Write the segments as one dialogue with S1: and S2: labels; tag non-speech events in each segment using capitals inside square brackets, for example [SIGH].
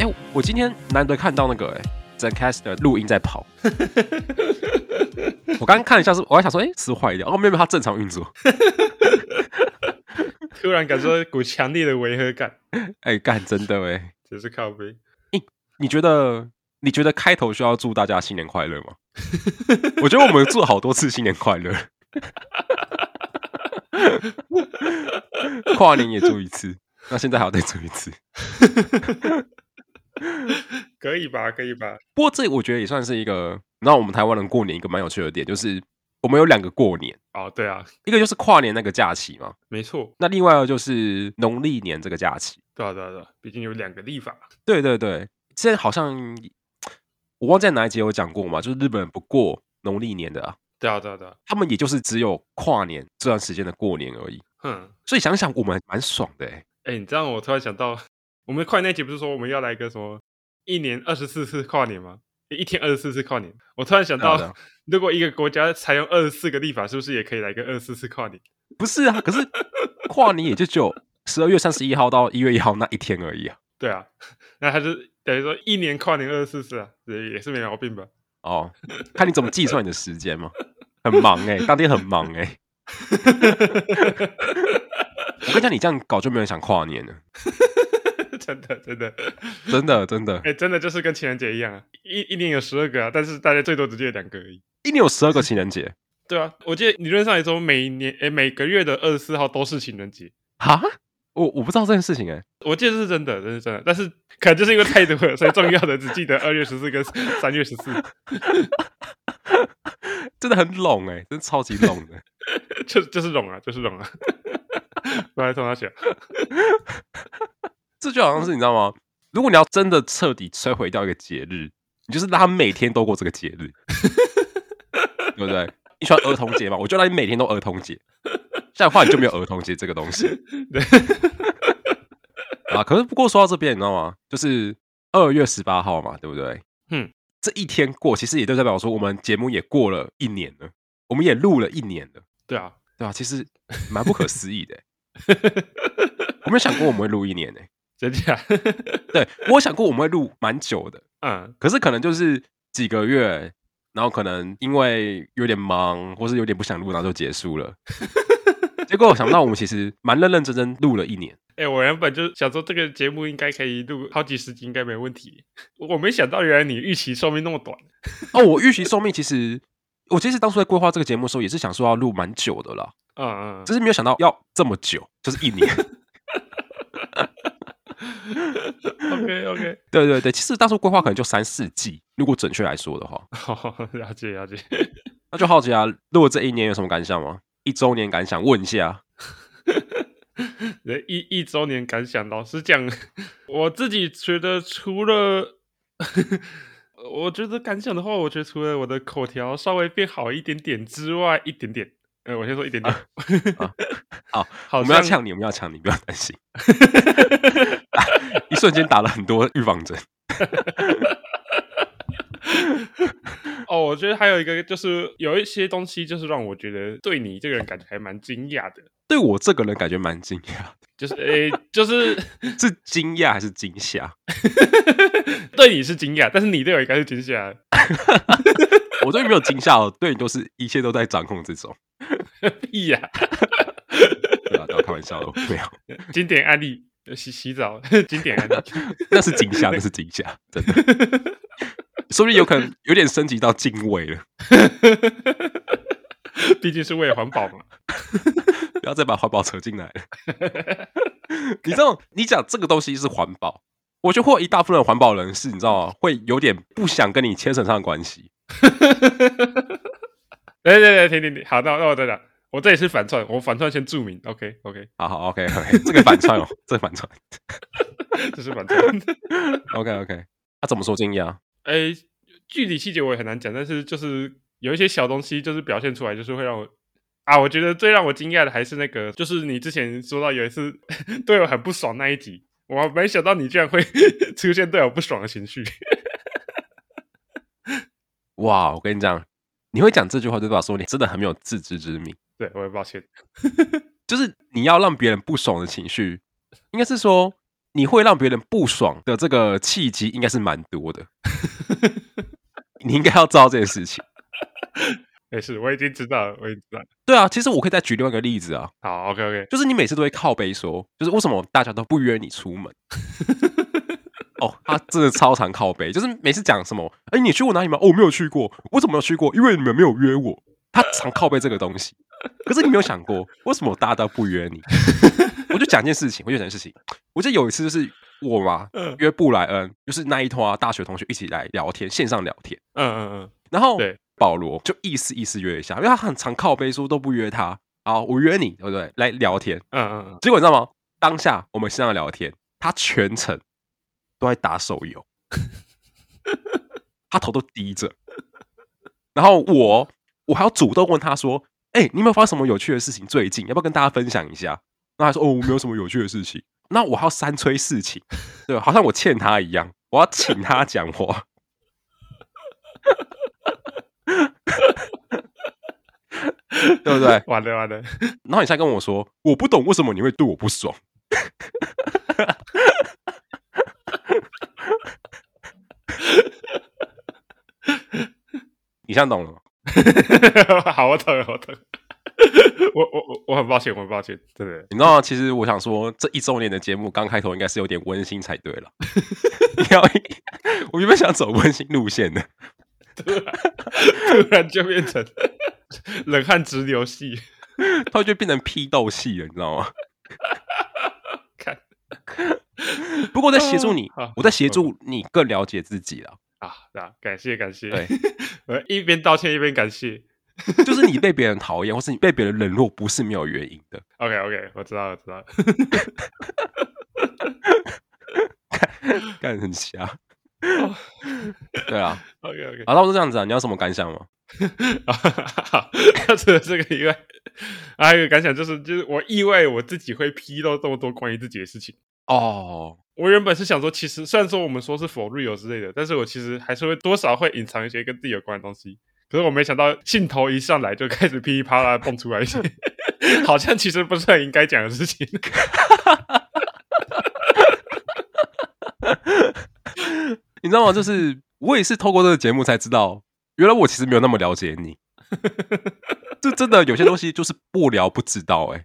S1: 哎、我今天难得看到那个哎、z e n c a s t e r 录音在跑。我刚刚看了一下是，我还想说，哎、是坏掉哦，没有没有，它正常运作。
S2: [LAUGHS] 突然感受到一股强烈的违和感，
S1: 哎、干，真的哎、
S2: 真是靠
S1: [LAUGHS]
S2: 背。
S1: 你觉得你觉得开头需要祝大家新年快乐吗？我觉得我们祝好多次新年快乐，跨年也祝一次，那现在还要再祝一次。
S2: 可以吧？可以吧？
S1: 不过这我觉得也算是一个，那我们台湾人过年一个蛮有趣的点，就是我们有两个过年，
S2: 哦，对啊，
S1: 一个就是跨年那个假期嘛，
S2: 没错，
S1: 那另外一个就是农历年这个假期。
S2: 对啊，对啊，对啊，毕竟有两个立法。
S1: 对对对，现在好像我忘记在哪一节有讲过嘛，就是日本人不过农历年的、啊，
S2: 对啊，对啊，对啊，
S1: 他们也就是只有跨年这段时间的过年而已。
S2: 哼，
S1: 所以想想我们蛮爽的、欸，
S2: 哎，你这样我突然想到，我们快那集不是说我们要来个什么一年二十四次跨年吗？一天二十四次跨年，我突然想
S1: 对啊
S2: 到，如果一个国家采用二十四个立法，是不是也可以来个二十四次跨年？
S1: 不是啊？可是跨年也就只有十二月三十一号到一月一号那一天而已啊。
S2: 对啊， [LAUGHS] 那他就等于说一年跨年二十四次啊，也也是没毛 [LAUGHS] 病吧？
S1: 哦，看你怎么计算你的时间嘛。很忙哎、当天很忙哎、我跟你讲，你这样搞就没有人想跨年了，
S2: 真的，真的，
S1: 真的真的
S2: 哎、。真的就是跟情人节一样啊，一一年有十二个啊，但是大家最多只记得两个而已。
S1: 一年有十二个情人节
S2: 对啊，我记得理论上来说，每年哎、每个月的二十四号都是情人节，
S1: 哈，我我不知道这件事情哎、
S2: 我记得是真的，真是真的。但是可能就是因为太多了，所以重要的只记得二月十四跟三月十四，
S1: 真的很拢哎、真的超级拢的。
S2: 就就是拢啊，就是拢啊。 [LAUGHS] 我还同他讲，
S1: 这就好像是
S2: 嗯
S1: 你知道吗？如果你要真的彻底摧毁掉一个节日，你就是让他每天都过这个节日，对不对？你喜欢儿童节嘛？我就让你每天都儿童节，这样的话你就没有儿童节这个东西
S2: [LAUGHS] 对
S1: 啊。可是不过说到这边，你知道吗？就是二月十八号嘛，对不对？
S2: 嗯，
S1: 这一天过，其实也就代表说我们节目也过了一年了，我们也录了一年了，
S2: 对啊，
S1: 对吧、其实蛮不可思议的、欸我没有想过我们会录一年呢、欸
S2: 真假？ [LAUGHS]
S1: 对我有想过我们会录蛮久的，
S2: 嗯，
S1: 可是可能就是几个月，然后可能因为有点忙，或是有点不想录，然后就结束
S2: [LAUGHS]
S1: 了。结果我想不到，我们其实蛮认认真真录了一年。
S2: 哎、我原本就想说这个节目应该可以录好几十集，应该没问题。我没想到原来你预期寿命那么短。
S1: 哦，我预期寿命其实，我其实当初在规划这个节目的时候，也是想说要录蛮久的啦，
S2: 嗯嗯，
S1: 只是没有想到要这么久，就是一
S2: [LAUGHS]
S1: 年。
S2: 嗯 OK
S1: [LAUGHS]
S2: OK，
S1: 对对对，其实当初规划可能就三四季，如果准确来说的话，
S2: 好，了解了解。
S1: 那就好奇啊，录了这一年有什么感想吗？一周年感想，问一下。
S2: 人一一周年感想，老实讲，我自己觉得除了， [LAUGHS] 我觉得感想的话，我觉得除了我的口条稍微变好一点点之外，一点点，呃，我先说一点点，
S1: 啊好
S2: [LAUGHS] 好
S1: 我们要
S2: 像
S1: 呛你，我们要呛你，不要担心。一瞬间打了很多预防针。
S2: 哦，我觉得还有一个就是有一些东西，就是让我觉得对你这个人感觉还蛮惊讶的，
S1: 对我这个人感觉蛮惊讶，
S2: 就是诶、就是 [LAUGHS]
S1: 是惊讶还是惊吓？
S2: 对你是惊讶，但是你对我应该是惊吓，
S1: 我对你没有惊吓哦，对你都是一切都在掌控之中。
S2: 屁呀、
S1: 对啊，不要开玩笑了，没有，
S2: 经典案例，洗洗澡，经典案例， [LAUGHS]
S1: 那是惊吓，那是惊吓，真的。说不定有可能有点升级到敬畏了，
S2: 毕竟是为了环保嘛。 [LAUGHS]
S1: 不要再把环保扯进来了。 [LAUGHS] 你知道，你讲这个东西是环保，我觉得会有一大部分的环保人士，你知道吗？会有点不想跟你牵扯上的关系。
S2: 来来来，停停停，好，那那我再讲，我这里是反串，我反串先注明，OK OK，
S1: 好好，OK OK，这个反串哦，这个反串
S2: 这是反串。
S1: ，OK OK。他、啊怎么说惊讶？
S2: 哎，具体细节我也很难讲，但是就是有一些小东西，就是表现出来，就是会让我啊，我觉得最让我惊讶的还是那个，就是你之前说到有一次 [LAUGHS] 对我很不爽那一集，我没想到你居然会 [LAUGHS] 出现对我不爽的情绪。 [LAUGHS]
S1: 哇，我跟你讲，你会讲这句话，就代表说你真的很没有自知之明。
S2: 对，我也抱歉。
S1: 就是你要让别人不爽的情绪，应该是说你会让别人不爽的这个契机应该是蛮多的， [LAUGHS] 你应该要知道这件事情。
S2: 没事，我已经知道了，我已经知道了。
S1: 对啊，其实我可以再举另外一个例子啊，
S2: 好，OK OK，
S1: 就是你每次都会靠背说，就是为什么大家都不约你出
S2: [LAUGHS]
S1: 门？哦，他真的超常靠背，就是每次讲什么，哎、你去过哪里吗？哦，我没有去过，我怎么没有去过？因为你们没有约我。他常靠背这个东西，可是你没有想过，为什么大家都不约你？ [LAUGHS] 我就讲一件事情，我就讲一件事情。我记得有一次就是我嘛
S2: 嗯
S1: 约布莱恩，就是那一团、啊、大学同学一起来聊天，线上聊天，
S2: 嗯嗯
S1: 然后
S2: 对
S1: 保罗就意思意思约一下，因为他很常靠背说都不约他啊，我约你，对不对？来聊天，
S2: 嗯嗯嗯
S1: 结果你知道吗？当下我们线上聊天，他全程都在打手游， [LAUGHS] 他头都低着。然后我我还要主动问他说：“哎、你有没有发生什么有趣的事情？最近要不要跟大家分享一下？”那他说：“哦，我没有什么有趣的事情。”那我还要三催四请，对，好像我欠他一样，我要请他讲话。对不对？
S2: 嗯， [LAUGHS] 完了完了，
S1: 然后你现在跟我说，我不懂为什么你会对我不爽。你现在懂了吗？
S2: 好，我懂了，我懂了。 [LAUGHS] 我我我我很抱歉，我很抱歉，真的。 [LAUGHS]
S1: 你知道吗，其实我想说，这一周年的节目刚开头应该是有点温馨才对了。 [LAUGHS] 你要，我原本想走温馨路线的，
S2: 突然就变成 [LAUGHS] 冷汗直流系，
S1: 它就变成批斗戏了，你知道吗？
S2: 看
S1: [LAUGHS] 不过我在协助你
S2: 啊好，
S1: 我在协助你更了解自己了。
S2: 啊啊！感谢感谢，
S1: 对，
S2: [LAUGHS] 我一边道歉一边感谢。
S1: 就是你被别人讨厌，或是你被别人冷落，不是没有原因的。
S2: OK OK，我知道我知道，
S1: 干很瞎。对啊，
S2: OK OK，
S1: [LAUGHS] 好，那我就这样子啊。你要什么感想吗？
S2: [LAUGHS] 好，那除了这个以外，还有一个感想就是，就是我意外我自己会批到这么多关于自己的事情。
S1: 哦，
S2: 我原本是想说，其实虽然说我们说是否 real 之类的，但是我其实还是会多少会隐藏一些跟自己有关的东西。可是我没想到兴头一上来就开始噼里啪啦蹦出来一些， [LAUGHS] 好像其实不是很应该讲的事情。 [LAUGHS]
S1: 你知道吗？就是我也是透过这个节目才知道，原来我其实没有那么了解你。这真的有些东西就是不聊不知道、欸，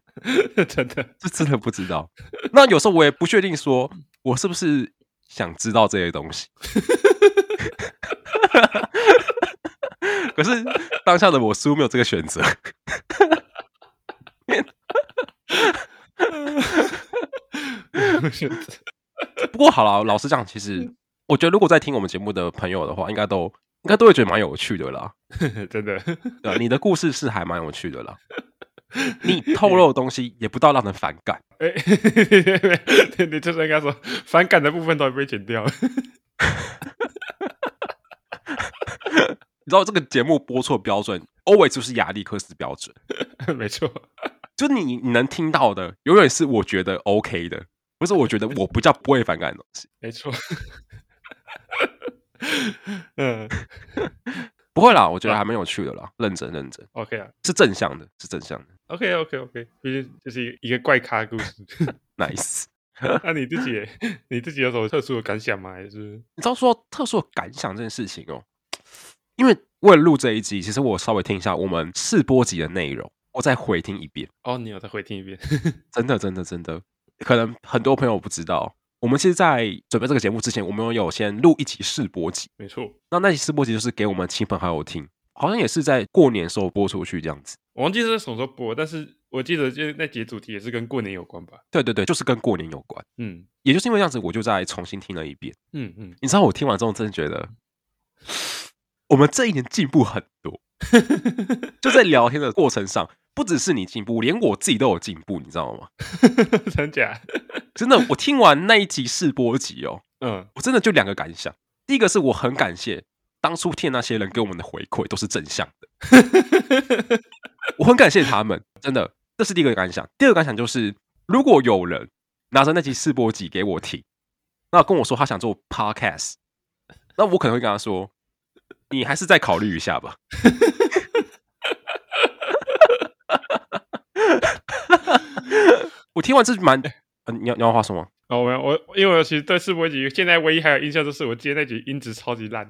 S1: 哎，
S2: 真的， [LAUGHS]
S1: 这真的不知道。那有时候我也不确定，说我是不是想知道这些东西。 [LAUGHS] 可是当下的我似乎没有这个选择。不过好了，老实讲，其实我觉得如果在听我们节目的朋友的话，应该都应该都会觉得蛮有趣的啦。
S2: [LAUGHS] 真的，
S1: 对啊、你的故事是还蛮有趣的啦。你透露的东西也不到让人反感，
S2: 哎、你你就是应该说反感的部分都被剪掉了。
S1: 你知道这个节目播出的标准，always 就是亚历克斯标准，
S2: 没错，
S1: 就你你能听到的，永远是我觉得 OK 的，不是我觉得我不叫不会反感的东西。
S2: 没错。嗯
S1: 不会啦，我觉得还蛮有趣的啦，认真认真，
S2: ，OK 啊
S1: 是正向的，是正向的
S2: ，OK OK OK，毕竟这是一个一个怪咖的故事。
S1: ，nice。
S2: 那、你自己也，你自己有什么特殊的感想吗？还是
S1: 你知道说特殊的感想这件事情哦，因为为了录这一集，其实我稍微听一下我们试播集的内容，我再回听一遍。
S2: 哦，你有再回听一遍？
S1: 真的，真的，真的，可能很多朋友不知道，我们其实，在准备这个节目之前，我们有先录一集试播集。
S2: 没错，
S1: 那那集试播集就是给我们亲朋好友听，好像也是在过年的时候播出去这样子。
S2: 我忘记是什么时候播，但是我记得就是那节主题也是跟过年有关吧？
S1: 对对对，就是跟过年有关。
S2: 嗯
S1: 也就是因为这样子，我就再重新听了一遍。
S2: 嗯嗯，
S1: 你知道，我听完之后真的觉得， [SIGHS] 我们这一年进步很多，就在聊天的过程上，不只是你进步，连我自己都有进步，你知道吗？
S2: 真假？
S1: 真的，我听完那一集试播集哦，
S2: 嗯，
S1: 我真的就两个感想。第一个是我很感谢当初听那些人给我们的回馈都是正向的，我很感谢他们，真的，这是第一个感想。第二个感想就是，如果有人拿着那集试播集给我听，那跟我说他想做 podcast，那我可能会跟他说，你还是再考虑一下吧。 [LAUGHS] 我听完这蛮，呃、你要你要话说吗？
S2: 哦，我我因为我其实对世博集现在唯一还有印象就是我记得那集音质超级烂，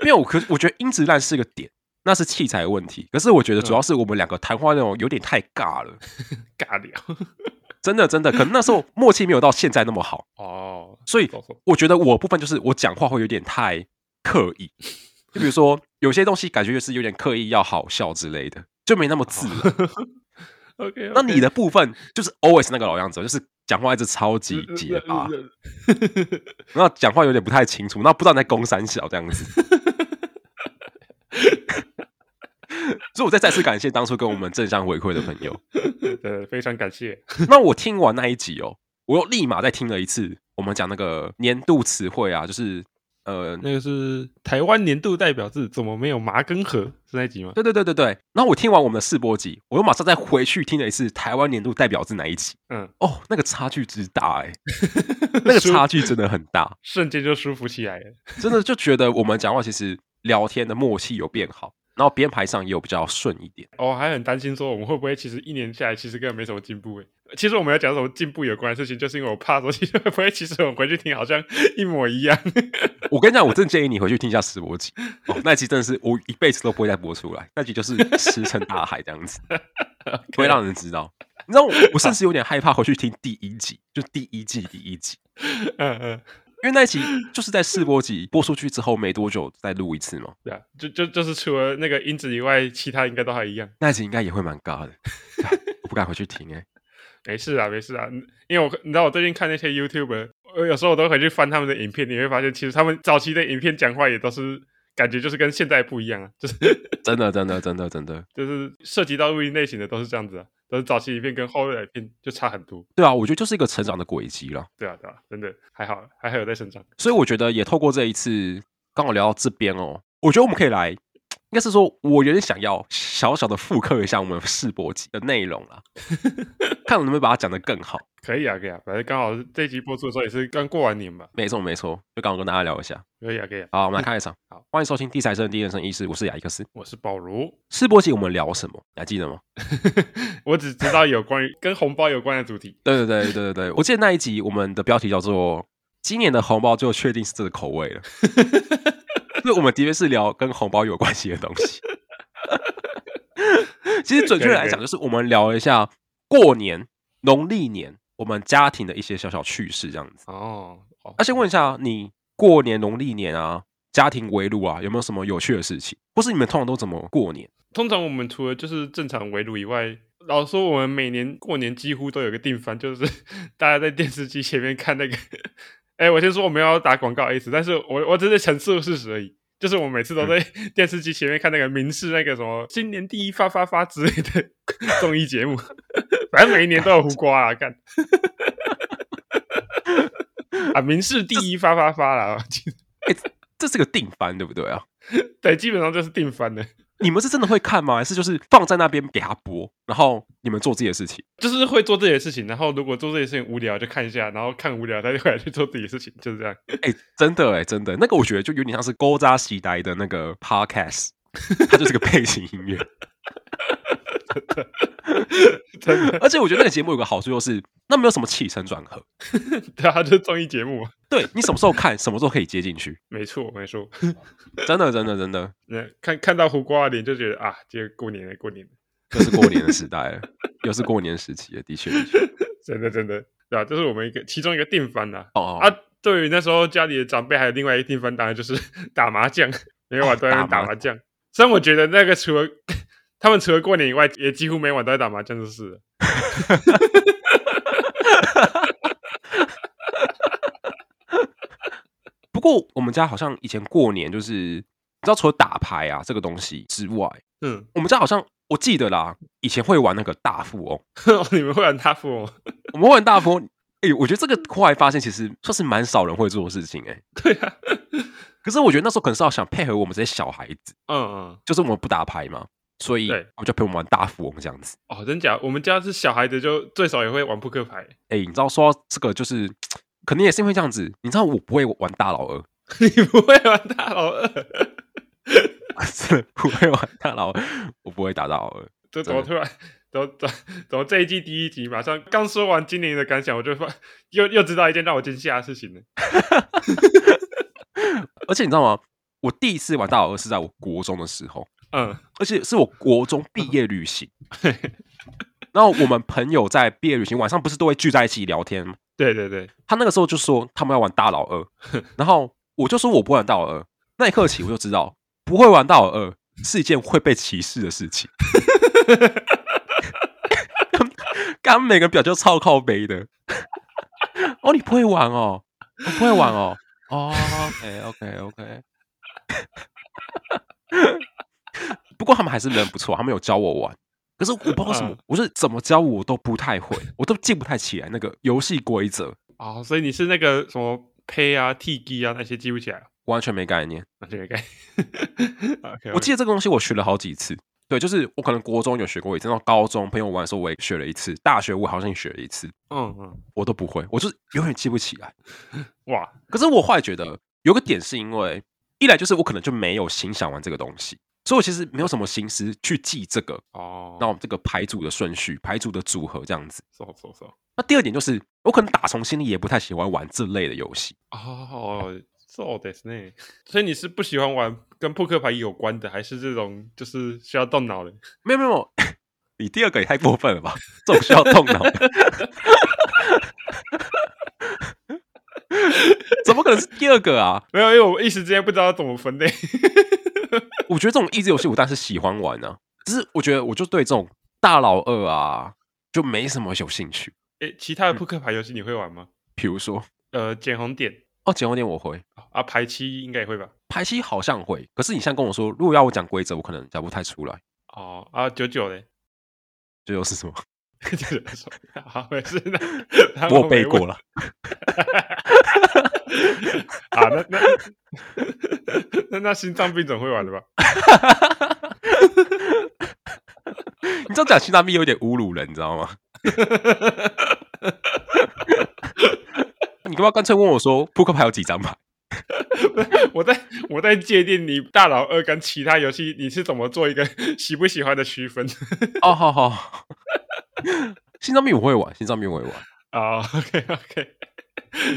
S1: 因为我可我觉得音质烂是个点，那是器材的问题。可是我觉得主要是我们两个谈话内容有点太尬了，
S2: 尬聊。
S1: 真的真的，可能那时候默契没有到现在那么好，
S2: 哦，
S1: 所以
S2: 懂懂
S1: 我觉得我部分就是我讲话会有点太刻意，就比如说有些东西感觉就是有点刻意要好笑之类的，就没那么自然。
S2: OK，, o
S1: 那你的部分就是 always 那个老样子，就是讲话一直超级结
S2: 嗯
S1: 巴，然后讲话有点不太清楚，那不知道你在攻三小这样子。所以我再再次感谢当初跟我们正向回馈的朋友。
S2: 对，非常感谢。
S1: 那我听完那一集哦，我又立马再听了一次，我们讲那个年度词汇啊，就是呃，
S2: 那个是台湾年度代表字，怎么没有麻根河？是那一集吗？
S1: 对对对对对。然后我听完我们的试播集，我又马上再回去听了一次台湾年度代表是哪一集。
S2: 嗯，
S1: 哦，那个差距之大哎、那个差距真的很大，
S2: 瞬间就舒服起来了。
S1: 真的就觉得我们讲话其实聊天的默契有变好，然后编排上也有比较顺一点。
S2: 哦，我还很担心说我们会不会其实一年下来其实根本没什么进步诶。其实我们要讲什么进步有关的事情，就是因为我怕说其实会不会其实我们回去听好像一模一样。
S1: 我跟你讲，我真的建议你回去听一下试播集，哦，那集真的是我一辈子都不会再播出来，那集就是石沉大海这样子，不会让人知道。你知道我，我甚至有点害怕回去听第一集，就第一季第一集，
S2: 嗯嗯，
S1: 因为那一集就是在试播集播出去之后没多久再录一次嘛，
S2: 对啊，就就就是除了那个音质以外，其他应该都还一样。
S1: 那一集应该也会蛮尬的，哎我不敢回去听哎、
S2: 没事啊，没事啊，嗯因为我你知道我最近看那些 YouTube，我有时候我都会回去翻他们的影片，你会发现其实他们早期的影片讲话也都是感觉就是跟现在不一样啊，就是
S1: 真的真的真的真的，
S2: 就是涉及到录音类型的都是这样子啊，都是早期影片跟后面的影片就差很多。
S1: 对啊，我觉得就是一个成长的轨迹了。
S2: 对啊，对啊，真的还好，还好有在成长。
S1: 所以我觉得也透过这一次，刚好聊到这边哦，我觉得我们可以来，应该是说我有点想要小小的复刻一下我们世博集的内容啦，看我能不能把它讲得更好。
S2: 可以啊，可以啊，反正刚好这一集播出的时候也是刚过完年吧。
S1: 没错没错，就刚好跟大家聊一下。
S2: 可以啊，可以啊。
S1: 好，我们来看一场。
S2: 好，
S1: 欢迎收听《第三声第二声医师》，我是雅尼克斯。
S2: 我是保如， [LAUGHS]
S1: 世博集我们聊什么？你还记得吗？
S2: 我只知道有关于跟红包有关的主题。
S1: 对对对对对对，我记得那一集我们的标题叫做“今年的红包就确定是这个口味了”，所以我们的确是聊跟红包有关系的东西。其实准确来讲，就是我们聊了一下过年、农历年我们家庭的一些小小趣事这样子。
S2: 哦，哦
S1: 啊那先问一下，你过年、农历年啊，家庭围炉啊，有没有什么有趣的事情？或是你们通常都怎么过年？
S2: 通常我们除了就是正常围炉以外，老实说我们每年过年几乎都有个定番，就是 [LAUGHS] 大家在电视机前面看那个。 [LAUGHS] 哎，我先说我没有要打广告的意思，但是我我只是陈述事实而已。就是我每次都在电视机前面看那个明视那个什么新年第一发发发之类的综艺节目，反正每一年都有胡瓜啊，干啊，明视第一发发发啦，
S1: 这是个定番，对不对啊？
S2: 对，基本上就是定番的。
S1: 你们是真的会看吗？还是就是放在那边给他播，然后你们做自己的事情？
S2: 就是会做自己的事情，然后如果做自己的事情无聊就看一下，然后看无聊他就回来去做自己的事情，就是这样。 [LAUGHS]
S1: 哎、真的哎、真的，那个我觉得就有点像是勾扎西呆的那个 podcast，它就是个背景音乐。
S2: 真的，
S1: 而且我觉得那个节目有个好处就是，那没有什么起承转合，
S2: 对啊，就是综艺节目，
S1: 对你什么时候看，什么时候可以接进去，
S2: 没错没错。
S1: 真的，真的，真的，
S2: 那看看到胡瓜的脸就觉得啊，这个过年了，过年了，
S1: 又是过年的时代了，又是过年时期了，的确，的确
S2: 真的真的，对啊，这是我们一个其中一个定番啦、
S1: 哦，
S2: 啊。对于那时候家里的长辈，还有另外一个定番，当然就是 [LAUGHS] 打麻将，每晚都在那边
S1: 打麻
S2: 打麻将。虽然我觉得那个除了 [LAUGHS] 他们除了过年以外，也几乎每晚都在打麻将，就是了。
S1: 不过我们家好像以前过年就是，你知道除了打牌啊这个东西之外，
S2: 嗯， [LAUGHS]
S1: 我们家好像我记得啦，以前会玩那个大富翁。
S2: 哦你们会玩大富翁吗？
S1: 我们玩大风，哎、我觉得这个后来发现，其实算是蛮少人会做的事情、哎，
S2: 对啊，
S1: 可是我觉得那时候可能是要想配合我们这些小孩子，
S2: 嗯嗯。
S1: 就是我们不打牌嘛，所以
S2: 对
S1: 我就陪我们玩大富翁这样子。
S2: 哦，真假？我们家是小孩子，就最少也会玩扑克牌。 [LAUGHS]
S1: 哎、你知道说到这个就是，可能也是因为这样子，你知道我不会玩大老二， [LAUGHS]
S2: 你不会玩大老二？
S1: 真的不会玩大老二，我不会打大老二。
S2: 这怎么突然？怎么怎么怎么这一季第一集马上刚说完今年的感想，我就发又又知道一件让我惊吓的事情了。
S1: 而且你知道吗？我第一次玩大老二是在我国中的时候，
S2: 嗯，
S1: 而且是我国中毕业旅行。
S2: [LAUGHS]
S1: 然后我们朋友在毕业旅行晚上不是都会聚在一起聊天吗？
S2: 对对对，
S1: 他那个时候就说他们要玩大老二， [LAUGHS] 然后我就说我不玩大老二。那一刻起我就知道，不会玩大老二是一件会被歧视的事情。 [LAUGHS] 刚刚每个人表就超靠背的。哦，你不会玩哦，我不会玩哦。哦，OK OK OK。不过他们还是人不错，他们有教我玩。可是我不知道为什么
S2: 嗯，
S1: 我是怎么教我都不太会，我都记不太起来那个游戏规则，
S2: 哦，所以你是那个什么胚啊、T G 啊那些记不起来了，
S1: 完全没概念。
S2: 那就没该。OK，
S1: 我记得这个东西我学了好几次，对，就是我可能国中有学过一次，然后高中朋友玩的时候我也学了一次，大学我好像也学了一次，
S2: 嗯嗯，
S1: 我都不会，我就是永远记不起来。
S2: 哇，
S1: 可是我后来觉得有个点是因为，一来就是我可能就没有心想玩这个东西，所以我其实没有什么心思去记这个，
S2: 哦，
S1: 那我们这个牌组的顺序、牌组的组合这样子。
S2: 走走走，
S1: 那第二点就是，我可能打从心里也不太喜欢玩这类的游戏。
S2: 哦，そうですね。所以你是不喜欢玩跟扑克牌有关的，还是这种就是需要动脑的？
S1: 没有没有没有，你第二个也太过分了吧？ [LAUGHS] 这种需要动 [LAUGHS] 脑的，怎么可能是第二个啊？
S2: 没有，因为我一时之间不知道怎么分类。
S1: 我觉得这种益智游戏我当然是喜欢玩啊，只是我觉得我就对这种大老二啊就没什么有兴趣。
S2: [LAUGHS] 诶，其他的扑克牌游戏你会玩吗？
S1: 比如说，
S2: 呃，捡红点
S1: 哦，剪红点我会，
S2: 啊，排七应该也会吧？
S1: 排期好像会，可是你现在跟我说，如果要我讲规则，我可能讲不太出来。
S2: 哦，啊，九九嘞，
S1: 这又是什么？
S2: 九九说， [LAUGHS] 好，没事 [LAUGHS] 的，那
S1: 我有背过了。
S2: [LAUGHS] 啊，那那 [LAUGHS] 那那心脏病总会玩的吧？ [LAUGHS]
S1: 你这样讲新大咪有点侮辱人，你知道吗？ [LAUGHS] 你干嘛干脆问我说扑克牌有几张牌？
S2: 我在我在界定你大佬二跟其他游戏，你是怎么做一个 [LAUGHS] 喜不喜欢的区分 [LAUGHS]
S1: 哦，好好。心脏病我会玩，心脏病我会玩，
S2: 啊？OK，OK、o k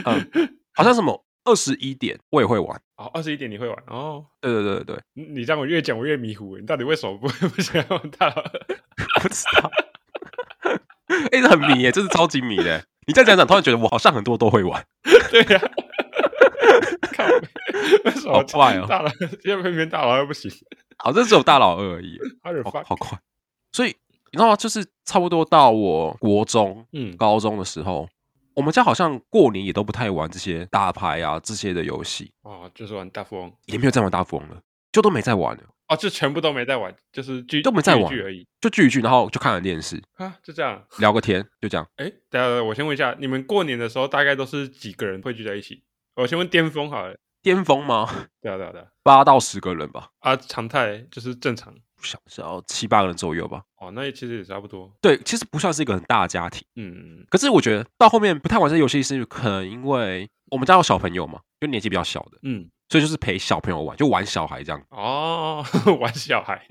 S2: OK，
S1: 好像什么二十一点我也会玩。
S2: 哦，二十一点你会玩哦？
S1: 对对对对对，
S2: 你你让我越讲我越迷糊，你到底为什么不 [LAUGHS] 不喜欢玩大佬二？
S1: 不知道。 [LAUGHS] 哎、这很迷耶，这是超级迷耶！你再讲讲，突然觉得我好像很多都会玩。
S2: 对
S1: [LAUGHS]
S2: 呀、看我 [LAUGHS] 为什么
S1: 好快哦
S2: 大佬要偏偏大佬二不行？
S1: 好，这只有大老二而已，
S2: 阿尔
S1: 好
S2: 法，
S1: 好快。所以你知道吗？就是差不多到我国中、
S2: 嗯，
S1: 高中的时候，我们家好像过年也都不太玩这些大牌啊这些的游戏，
S2: 哦，就是玩大富翁，
S1: 也没有在玩大富翁了，就都没在玩了，
S2: 哦，就全部都没在玩，就是剧
S1: 都没在玩
S2: 剧而已
S1: 就聚一聚，然后就看了电视，
S2: 啊，就这样。
S1: 聊个天，就这样。
S2: 哎，等一下我先问一下，你们过年的时候大概都是几个人会聚在一起？我先问巅峰好了，
S1: 巅峰吗？
S2: 对啊对啊对啊，
S1: 八到十个人吧，
S2: 啊，常态就是正常
S1: 不想要七八个人左右吧。
S2: 哦，那其实也差不多，
S1: 对，其实不算是一个很大的家庭。
S2: 嗯，
S1: 可是我觉得到后面不太玩这游戏，是可能因为我们家有小朋友嘛，就年纪比较小的，
S2: 嗯，
S1: 所以就是陪小朋友玩，就玩小孩这样。
S2: 哦， [LAUGHS] 玩小孩，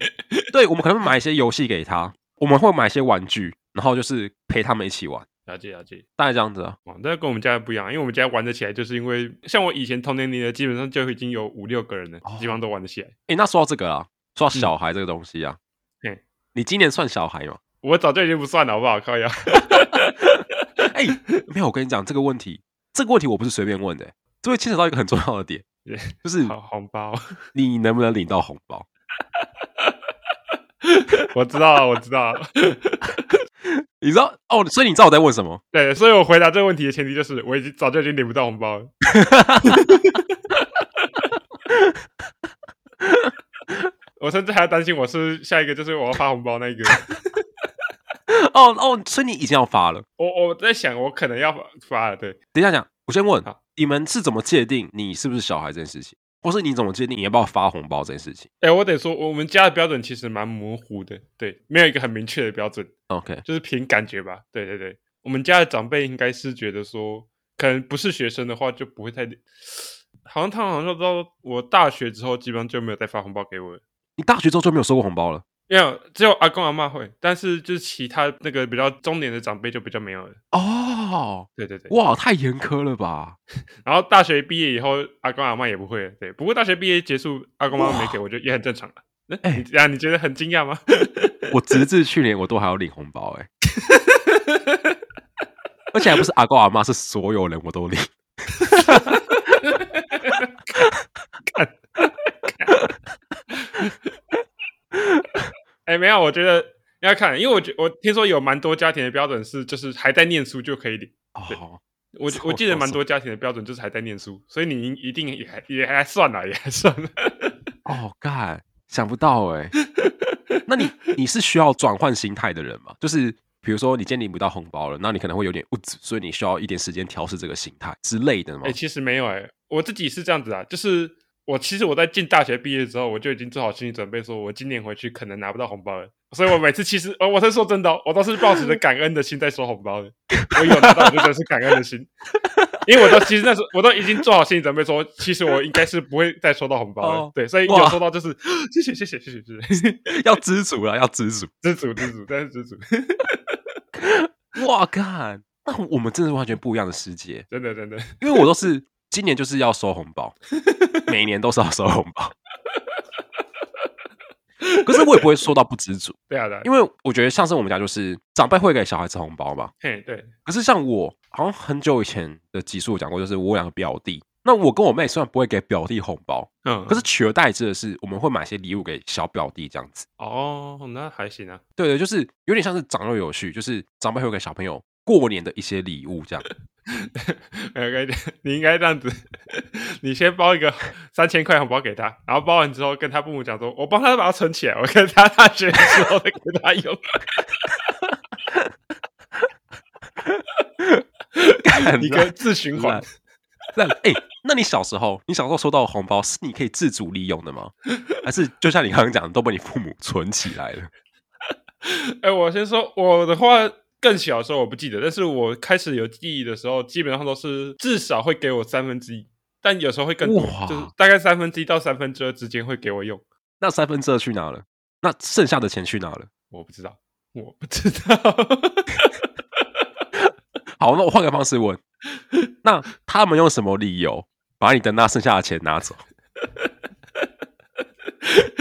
S1: 对，我们可能会买一些游戏给他，我们会买一些玩具，然后就是陪他们一起玩，
S2: 了解了解，
S1: 大概这样子啊。
S2: 哦，那跟我们家不一样，因为我们家玩得起来，就是因为像我以前同年龄的，基本上就已经有五六个人了，
S1: 哦
S2: 基本上都玩得起来。
S1: 诶，那说到这个啊，说到小孩这个东西啊，
S2: 嗯对
S1: 你今年算小孩吗？ [LAUGHS]
S2: 我早就已经不算了，好不好？靠呀，
S1: 哎、没有，我跟你讲这个问题，这个问题我不是随便问的、这会牵扯到一个很重要的点
S2: [LAUGHS] 对，
S1: 就是
S2: 好红包， [LAUGHS]
S1: 你能不能领到红包？
S2: 我知道了，我知道了。 [LAUGHS]
S1: 你知道哦，所以你知道我在问什么？
S2: 对，所以我回答这个问题的前提就是，我已经早就已经领不到红包了。 [LAUGHS] 我甚至还要担心我是下一个，就是我要发红包那一个。
S1: 哦哦，所以你已经要发了。
S2: 我我在想，我可能要发发了。对，
S1: 等一下讲，我先问
S2: 好
S1: 你们是怎么界定你是不是小孩这件事情，或是你怎么界定你要不要发红包这件事情
S2: 哎，我得说，我们家的标准其实蛮模糊的，对，没有一个很明确的标准。
S1: ？OK，
S2: 就是凭感觉吧。对对对，我们家的长辈应该是觉得说，可能不是学生的话就不会太，好像他们好像到我大学之后，基本上就没有再发红包给我了。
S1: 你大学之后就没有收过红包了？
S2: 没有，只有阿公阿妈会，但是就是其他那个比较中年的长辈就比较没有了。
S1: 哦，
S2: 对对对，
S1: 哇，太严苛了吧？
S2: 然后大学毕业以后，阿公阿妈也不会了。对，不过大学毕业结束，阿公阿妈没给我，就也很正常了。
S1: 哎
S2: 哎、呀，你觉得很惊讶吗？ [LAUGHS]
S1: 我直至去年我都还要领红包哎、而且还不是阿公阿妈，是所有人我都领。
S2: 哎、没有，我觉得要看，因为我觉我听说有蛮多家庭的标准是，就是还在念书就可以领。
S1: 哦，[LAUGHS]
S2: 我
S1: 错
S2: 我记得蛮多家庭的标准就是还在念书，所以你一定也还也还算了，也还算 [LAUGHS] 了。
S1: 哦，干，想不到哎、那你你是需要转换心态的人吗？就是比如说你今天领不到红包了，那你可能会有点物质，所以你需要一点时间调试这个心态之类的吗
S2: 哎、？其实没有哎、我自己是这样子啊，就是我其实我在进大学毕业之后，我就已经做好心理准备，说我今年回去可能拿不到红包了。所以我每次其实，呃，我是说真的哦、我都是抱持着感恩的心在收红包的。 [LAUGHS] 我有拿到，我就真的是感恩的心，因为我都其实那时候我都已经做好心理准备说，其实我应该是不会再收到红包了。
S1: 哦
S2: 对，所以
S1: 哇
S2: 有收到就是 [LAUGHS] 谢谢谢谢谢谢谢谢， [LAUGHS]
S1: 要知足了，要知足。
S2: 知足知足，真是知足， [LAUGHS]
S1: 哇，干，那我们真的是完全不一样的世界，
S2: 真的真 [LAUGHS] 的。
S1: 因为我都是今年就是要收红包，每年都是要收红包。可是我也不会说到不知足，
S2: 对啊，对啊，
S1: 因为我觉得像是我们家就是长辈会给小孩子红包嘛，
S2: 嘿，对，
S1: 可是像我，好像很久以前的集数有讲过，就是我有两个表弟。那我跟我妹虽然不会给表弟红包，
S2: 嗯，
S1: 可是取而代之的是，我们会买些礼物给小表弟这样子。
S2: 哦，那还行啊， [LAUGHS]
S1: 对对，就是有点像是长幼有序，就是长辈会给小朋友过年的一些礼物这样。 [LAUGHS]
S2: 没有跟你讲，你应该这样子， [LAUGHS] 你先包一个三千块红包给他，然后包完之后跟他父母讲说，我帮他把它存起来，我跟他 [LAUGHS] 大学的时候再给
S1: [LAUGHS]
S2: 他用。一个自循环
S1: 烂。那哎、那你小时候，你小时候收到的红包是你可以自主利用的吗？还是就像你刚刚讲的，都被你父母存起来了？
S2: 哎、我先说我的话，更小的时候我不记得，但是我开始有记忆的时候，基本上都是至少会给我三分之一，但有时候会更多
S1: 哇，
S2: 就是大概三分之一到三分之二之间会给我用。
S1: 那三分之二去哪了？那剩下的钱去哪了？
S2: 我不知道，我不知道。
S1: 好，那我换个方式问，那他们用什么理由把你的那剩下的钱拿走？
S2: [LAUGHS]